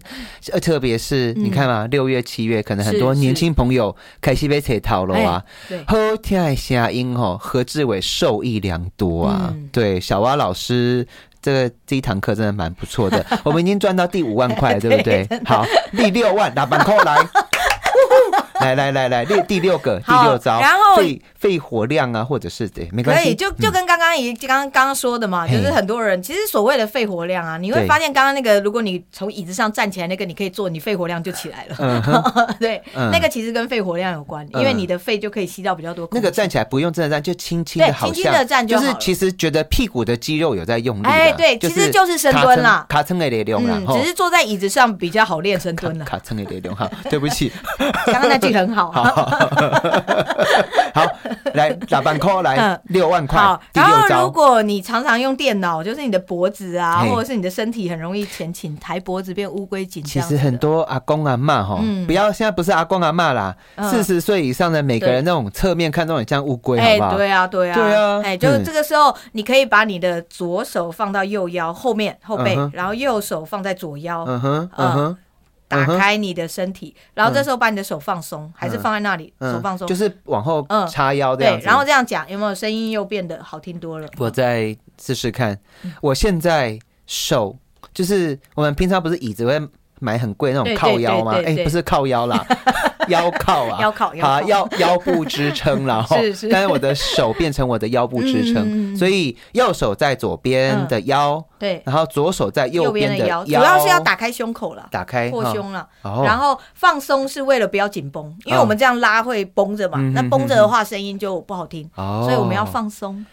Speaker 1: 呃，特别是、你看嘛，六月、七月，可能很多
Speaker 2: 嗯是是
Speaker 1: 年轻朋友开始被扯套了啊。
Speaker 2: 对，
Speaker 1: 好听的声音哦，何志伟受益良多啊！
Speaker 2: 嗯
Speaker 1: 对，小蛙老师。这个这一堂课真的蛮不错
Speaker 2: (laughs)
Speaker 1: 的，
Speaker 2: (laughs)
Speaker 1: 我们已经赚到第五万块了，对不对？好，第六万拿板扣来，来来来来，第第六个第
Speaker 2: 好
Speaker 1: 六招，
Speaker 2: 然后
Speaker 1: 肺肺活量啊，或者是对，没关
Speaker 2: 可以，
Speaker 1: 系，嗯
Speaker 2: 就就跟刚刚一刚刚刚刚说的嘛，
Speaker 1: 嘿
Speaker 2: 就是很多人其实所谓的肺活量啊，你会
Speaker 1: 对
Speaker 2: 发现刚刚那个，如果你从椅子上站起来，那个你可以坐，你肺活量就起来了。
Speaker 1: 嗯哼，
Speaker 2: (laughs) 对，
Speaker 1: 嗯
Speaker 2: 那个其实跟肺活量有关，因为你的肺就可以吸到比较多空
Speaker 1: 那
Speaker 2: 气。
Speaker 1: 个站起来不用真的站，就轻轻的，
Speaker 2: 对
Speaker 1: 好
Speaker 2: 轻轻地
Speaker 1: 像
Speaker 2: 站就
Speaker 1: 就
Speaker 2: 好
Speaker 1: 是
Speaker 2: 了
Speaker 1: 其实觉得屁股的肌肉有在用力的，
Speaker 2: 哎对其实就是深蹲啦
Speaker 1: 卡撑的力量啦，
Speaker 2: 嗯，
Speaker 1: 吼
Speaker 2: 只是坐在椅子上比较好练深
Speaker 1: (laughs)
Speaker 2: 蹲了。
Speaker 1: 卡撑的力量哈，对不起，
Speaker 2: 刚刚那句很好。
Speaker 1: 好，
Speaker 2: (laughs)
Speaker 1: 好，来打板扣来
Speaker 2: 嗯
Speaker 1: 六万块
Speaker 2: 好，，
Speaker 1: 第
Speaker 2: 然
Speaker 1: 六
Speaker 2: 后如
Speaker 1: 招，
Speaker 2: 果你常常用电脑，就是你的脖子啊，
Speaker 1: 嘿
Speaker 2: 或者是你的身体很容易前倾，抬脖子变乌龟颈这
Speaker 1: 其
Speaker 2: 样子
Speaker 1: 实
Speaker 2: 的。
Speaker 1: 很多阿公阿妈哈，
Speaker 2: 嗯
Speaker 1: 不要现在不是阿公阿妈啦，
Speaker 2: 嗯
Speaker 1: 四十岁以上的每个人那种侧面看都很像乌龟，好
Speaker 2: 哎、
Speaker 1: 不好？
Speaker 2: 对啊，对啊，
Speaker 1: 对啊
Speaker 2: 哎、就
Speaker 1: 嗯
Speaker 2: 这个时候，你可以把你的左手放到右腰后面后背，
Speaker 1: 嗯哼
Speaker 2: 然后右手放在左腰，
Speaker 1: 嗯哼，嗯哼，
Speaker 2: 打
Speaker 1: 嗯哼
Speaker 2: 开你的身体，然后这时候把你的手放松，还是放在那里，手放
Speaker 1: 嗯，
Speaker 2: 松，
Speaker 1: 就是往后
Speaker 2: 嗯
Speaker 1: 叉腰这样
Speaker 2: 对，
Speaker 1: 子，
Speaker 2: 然后这样讲，有没有声音又变得好听多了？
Speaker 1: 我再试试看。
Speaker 2: 嗯
Speaker 1: 我现在手就是我们平常不是椅子会买很贵那种
Speaker 2: 对
Speaker 1: 靠腰吗？
Speaker 2: 对对
Speaker 1: 哎、
Speaker 2: 对对
Speaker 1: 不是靠腰
Speaker 2: (laughs)
Speaker 1: 啦，腰靠啊，
Speaker 2: 腰 (laughs) 靠腰
Speaker 1: 好啊
Speaker 2: 靠
Speaker 1: 腰腰部支撑
Speaker 2: (laughs)
Speaker 1: 啦。吼
Speaker 2: 是是
Speaker 1: 但是我的手变成我的腰部支撑，
Speaker 2: 嗯
Speaker 1: 所以右手在左边的腰，
Speaker 2: 对，
Speaker 1: 然后左手在右
Speaker 2: 边
Speaker 1: 边的
Speaker 2: 腰，主要是要打开胸口了。
Speaker 1: 打开
Speaker 2: 扩胸了，
Speaker 1: 哦
Speaker 2: 然后放松是为了不要紧绷，因为我们这样拉会绷着嘛，
Speaker 1: 嗯
Speaker 2: 那
Speaker 1: 嗯
Speaker 2: 绷着的话声音就不好听，
Speaker 1: 哦，
Speaker 2: 所以我们要。放松。嗯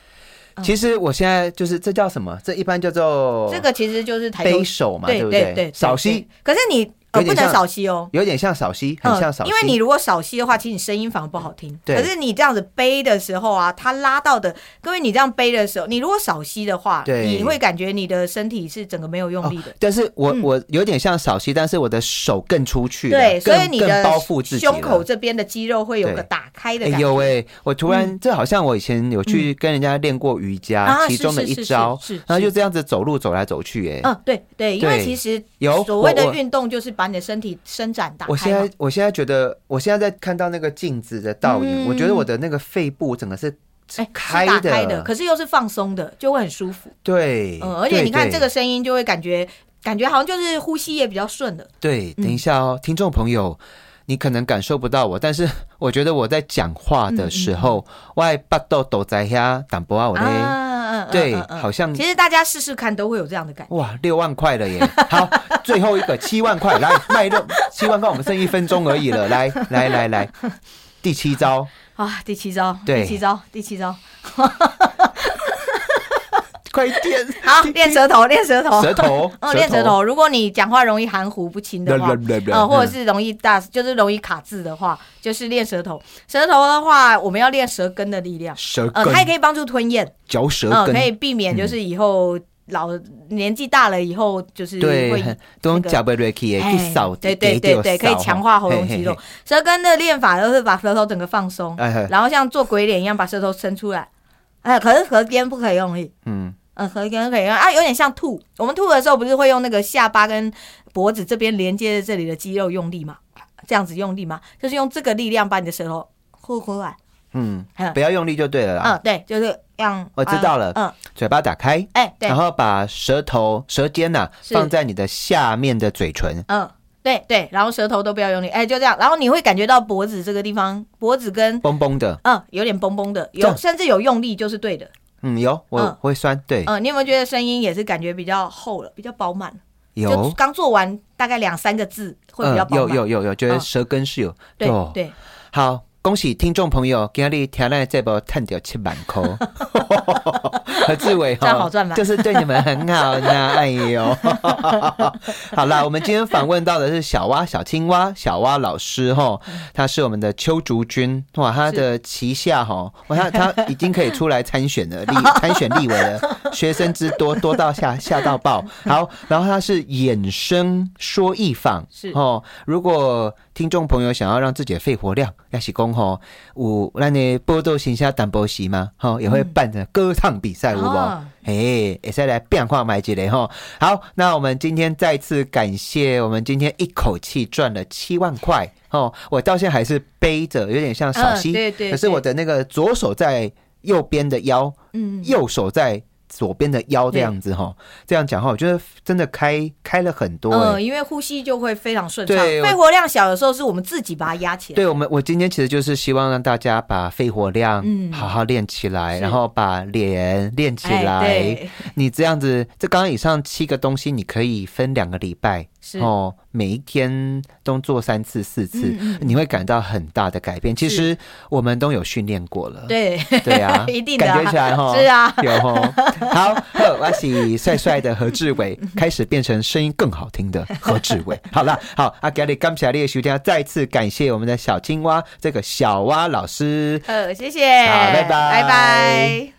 Speaker 1: 其实我现在就是这叫什么？这一般叫做
Speaker 2: 这个其实就是抬头
Speaker 1: 背手哦嘛，
Speaker 2: 对
Speaker 1: 不
Speaker 2: 对对，
Speaker 1: 少吸
Speaker 2: 对。可是你呃
Speaker 1: 有点
Speaker 2: 不能
Speaker 1: 像
Speaker 2: 少吸哦。嗯
Speaker 1: 有点像少吸，很像少吸，
Speaker 2: 因为你如果少吸的话，其实你声音反而不好听。
Speaker 1: 对
Speaker 2: 可是你这样子背的时候啊，它拉到的，各位你这样背的时候，你如果少吸的话，
Speaker 1: 对
Speaker 2: 你会感觉你的身体是整个没有用力的。
Speaker 1: 哦但是我、
Speaker 2: 嗯
Speaker 1: 我有点像少吸，但是我的手更出去了，
Speaker 2: 对，所
Speaker 1: 更
Speaker 2: 以你的
Speaker 1: 更包覆自己了
Speaker 2: 胸口。这边的肌肉会有个
Speaker 1: 对
Speaker 2: 打开的
Speaker 1: 哎
Speaker 2: 感觉。嗯
Speaker 1: 呦喂！我突然、这好像我以前有去跟人家练过瑜伽，
Speaker 2: 啊，
Speaker 1: 其中的一招，
Speaker 2: 是是是是是
Speaker 1: 然后就这样子走路走来走去、哎、
Speaker 2: 嗯，对对，因为
Speaker 1: 对
Speaker 2: 其实
Speaker 1: 有
Speaker 2: 所谓
Speaker 1: 我
Speaker 2: 的
Speaker 1: 我
Speaker 2: 运动就是把你的身体伸展打开嘛。
Speaker 1: 我现在我现在觉得，我现在在看到那个镜子的倒影，
Speaker 2: 嗯
Speaker 1: 我觉得我的那个肺部整个是
Speaker 2: 哎是
Speaker 1: 开
Speaker 2: 打
Speaker 1: 的，
Speaker 2: 开的，可是又是放松的，就会很舒服。
Speaker 1: 对、
Speaker 2: 嗯，而且你看
Speaker 1: 对
Speaker 2: 这个声音，就会感觉感觉好像就是呼吸也比较顺了。
Speaker 1: 对，
Speaker 2: 嗯
Speaker 1: 等一下哦，听众朋友，你可能感受不到我，但是 (laughs) 我觉得我在讲话
Speaker 2: 嗯
Speaker 1: 的时候，外巴豆抖在下淡薄啊，我呢，
Speaker 2: 啊，嗯
Speaker 1: 对
Speaker 2: 嗯嗯，嗯
Speaker 1: 好像
Speaker 2: 其实大家试试看都会有这样的感觉。
Speaker 1: 哇六万块了耶！好，最后一个七万块，来卖肉，七万块我们剩一分钟而已了，来来来来，第七招，
Speaker 2: 啊，第七招，
Speaker 1: 对
Speaker 2: 第七招，第七招，
Speaker 1: 快点，
Speaker 2: 好，练舌头，练舌头，
Speaker 1: 舌头，
Speaker 2: 哦，练舌，头。如果你讲话容易含糊不清的话，呃，
Speaker 1: 嗯
Speaker 2: 或者是容易大，就是容易卡字的话，就是练舌头。舌头的话，我们要练舌根的力量，
Speaker 1: 舌
Speaker 2: 呃，
Speaker 1: 根
Speaker 2: 它，也可以帮助吞咽，
Speaker 1: 嚼舌
Speaker 2: 呃，
Speaker 1: 根嗯
Speaker 2: 可，以避免就是以后老年纪大了以后，就是
Speaker 1: 对
Speaker 2: 会，
Speaker 1: 都夹不瑞奇
Speaker 2: 哎
Speaker 1: 去扫，
Speaker 2: 对对对对，可以强化喉咙肌肉。。舌根的练法都是把舌头整个放松，
Speaker 1: 哎，
Speaker 2: 然后像做鬼脸一样把舌头伸出来。哎，可是舌尖不可以用力，
Speaker 1: 嗯，
Speaker 2: 嗯，舌尖可以用啊，有点像吐。我们吐的时候不是会用那个下巴跟脖子这边连接着这里的肌肉用力嘛？这样子用力嘛，就是用这个力量把你的舌头呼出来。
Speaker 1: 嗯，不要用力就对了啦。
Speaker 2: 嗯，对，就是让
Speaker 1: 我知道了
Speaker 2: 嗯，
Speaker 1: 嘴巴打开，
Speaker 2: 哎，对
Speaker 1: 然，后把舌头、舌尖呐、
Speaker 2: 是
Speaker 1: 放在你的下面的嘴唇，
Speaker 2: 嗯，对对，然后舌头都不要用力，哎，就这样，然后你会感觉到脖子这个地方，脖子跟
Speaker 1: 嘣嘣的，
Speaker 2: 嗯有点绷绷的，
Speaker 1: 这
Speaker 2: 有
Speaker 1: 样
Speaker 2: 甚至有用力就是对的。
Speaker 1: 嗯，有我
Speaker 2: 嗯
Speaker 1: 会酸，对，
Speaker 2: 嗯，你有没有觉得声音也是感觉比较厚了，比较饱满？就
Speaker 1: 有，
Speaker 2: 刚做完大概两三个字会比较
Speaker 1: 嗯，
Speaker 2: 饱
Speaker 1: 有
Speaker 2: 满。
Speaker 1: 有有有，觉得
Speaker 2: 嗯
Speaker 1: 舌根是有，
Speaker 2: 对
Speaker 1: 哦
Speaker 2: 对，
Speaker 1: 好。恭喜听众朋友，今日听了这波探掉七万
Speaker 2: (laughs)
Speaker 1: 块，何志伟
Speaker 2: 这样好赚吗
Speaker 1: 就是对你们很好呢。哎呦，
Speaker 2: (laughs)
Speaker 1: 好啦，我们今天访问到的是小蛙小青蛙小蛙老师哈，他是我们的邱竹君哇，他的旗下哈，哇他
Speaker 2: (laughs)
Speaker 1: 他已经可以出来参选了，立参选立委了，学生之多多到吓吓到爆。好，然后他是衍生说艺坊
Speaker 2: 是
Speaker 1: 哦，如果听众朋友想要让自己的肺活量，要是讲吼，有那你波豆形象淡波席嘛，吼也会办着歌唱比赛，有无？
Speaker 2: 哦
Speaker 1: 哎，也是来变化买几嘞吼。好，那我们今天再次感谢，我们今天一口气赚了七万块哦，我到现在还是背着，有点像小
Speaker 2: 嗯
Speaker 1: 溪，
Speaker 2: 对对
Speaker 1: 可是我的
Speaker 2: 对
Speaker 1: 那个左手在右边的腰，
Speaker 2: 嗯，
Speaker 1: 右手在左边的腰这样子哈，这样讲话，我觉得真的开开了很多、欸。
Speaker 2: 嗯，因为呼吸就会非常顺畅。
Speaker 1: 对我
Speaker 2: 肺活量小的时候，是我们自己把它压起来。
Speaker 1: 对我们，我今天其实就是希望让大家把肺活量好好练起来，
Speaker 2: 嗯是
Speaker 1: 然后把脸练起
Speaker 2: 哎
Speaker 1: 来。
Speaker 2: 对
Speaker 1: 你这样子，这刚刚以上七个东西，你可以分两个礼拜
Speaker 2: 是
Speaker 1: 哦，每一天都做三次、四次，你会感到很大的改变。其
Speaker 2: 嗯是
Speaker 1: 实我们都有训练过了，
Speaker 2: 对，
Speaker 1: 对啊
Speaker 2: (laughs) ，一定的啊
Speaker 1: 感觉起来哈，
Speaker 2: (laughs) 是啊
Speaker 1: (laughs) 有哦。好，呵我是帅帅的何志 (laughs) 伟，开始变成声音更好听的何志伟。好啦，好，阿格里感谢你的收听，再次感谢我们的小青蛙这个小蛙老师。
Speaker 2: 呃，谢谢，
Speaker 1: 好拜拜
Speaker 2: 拜拜。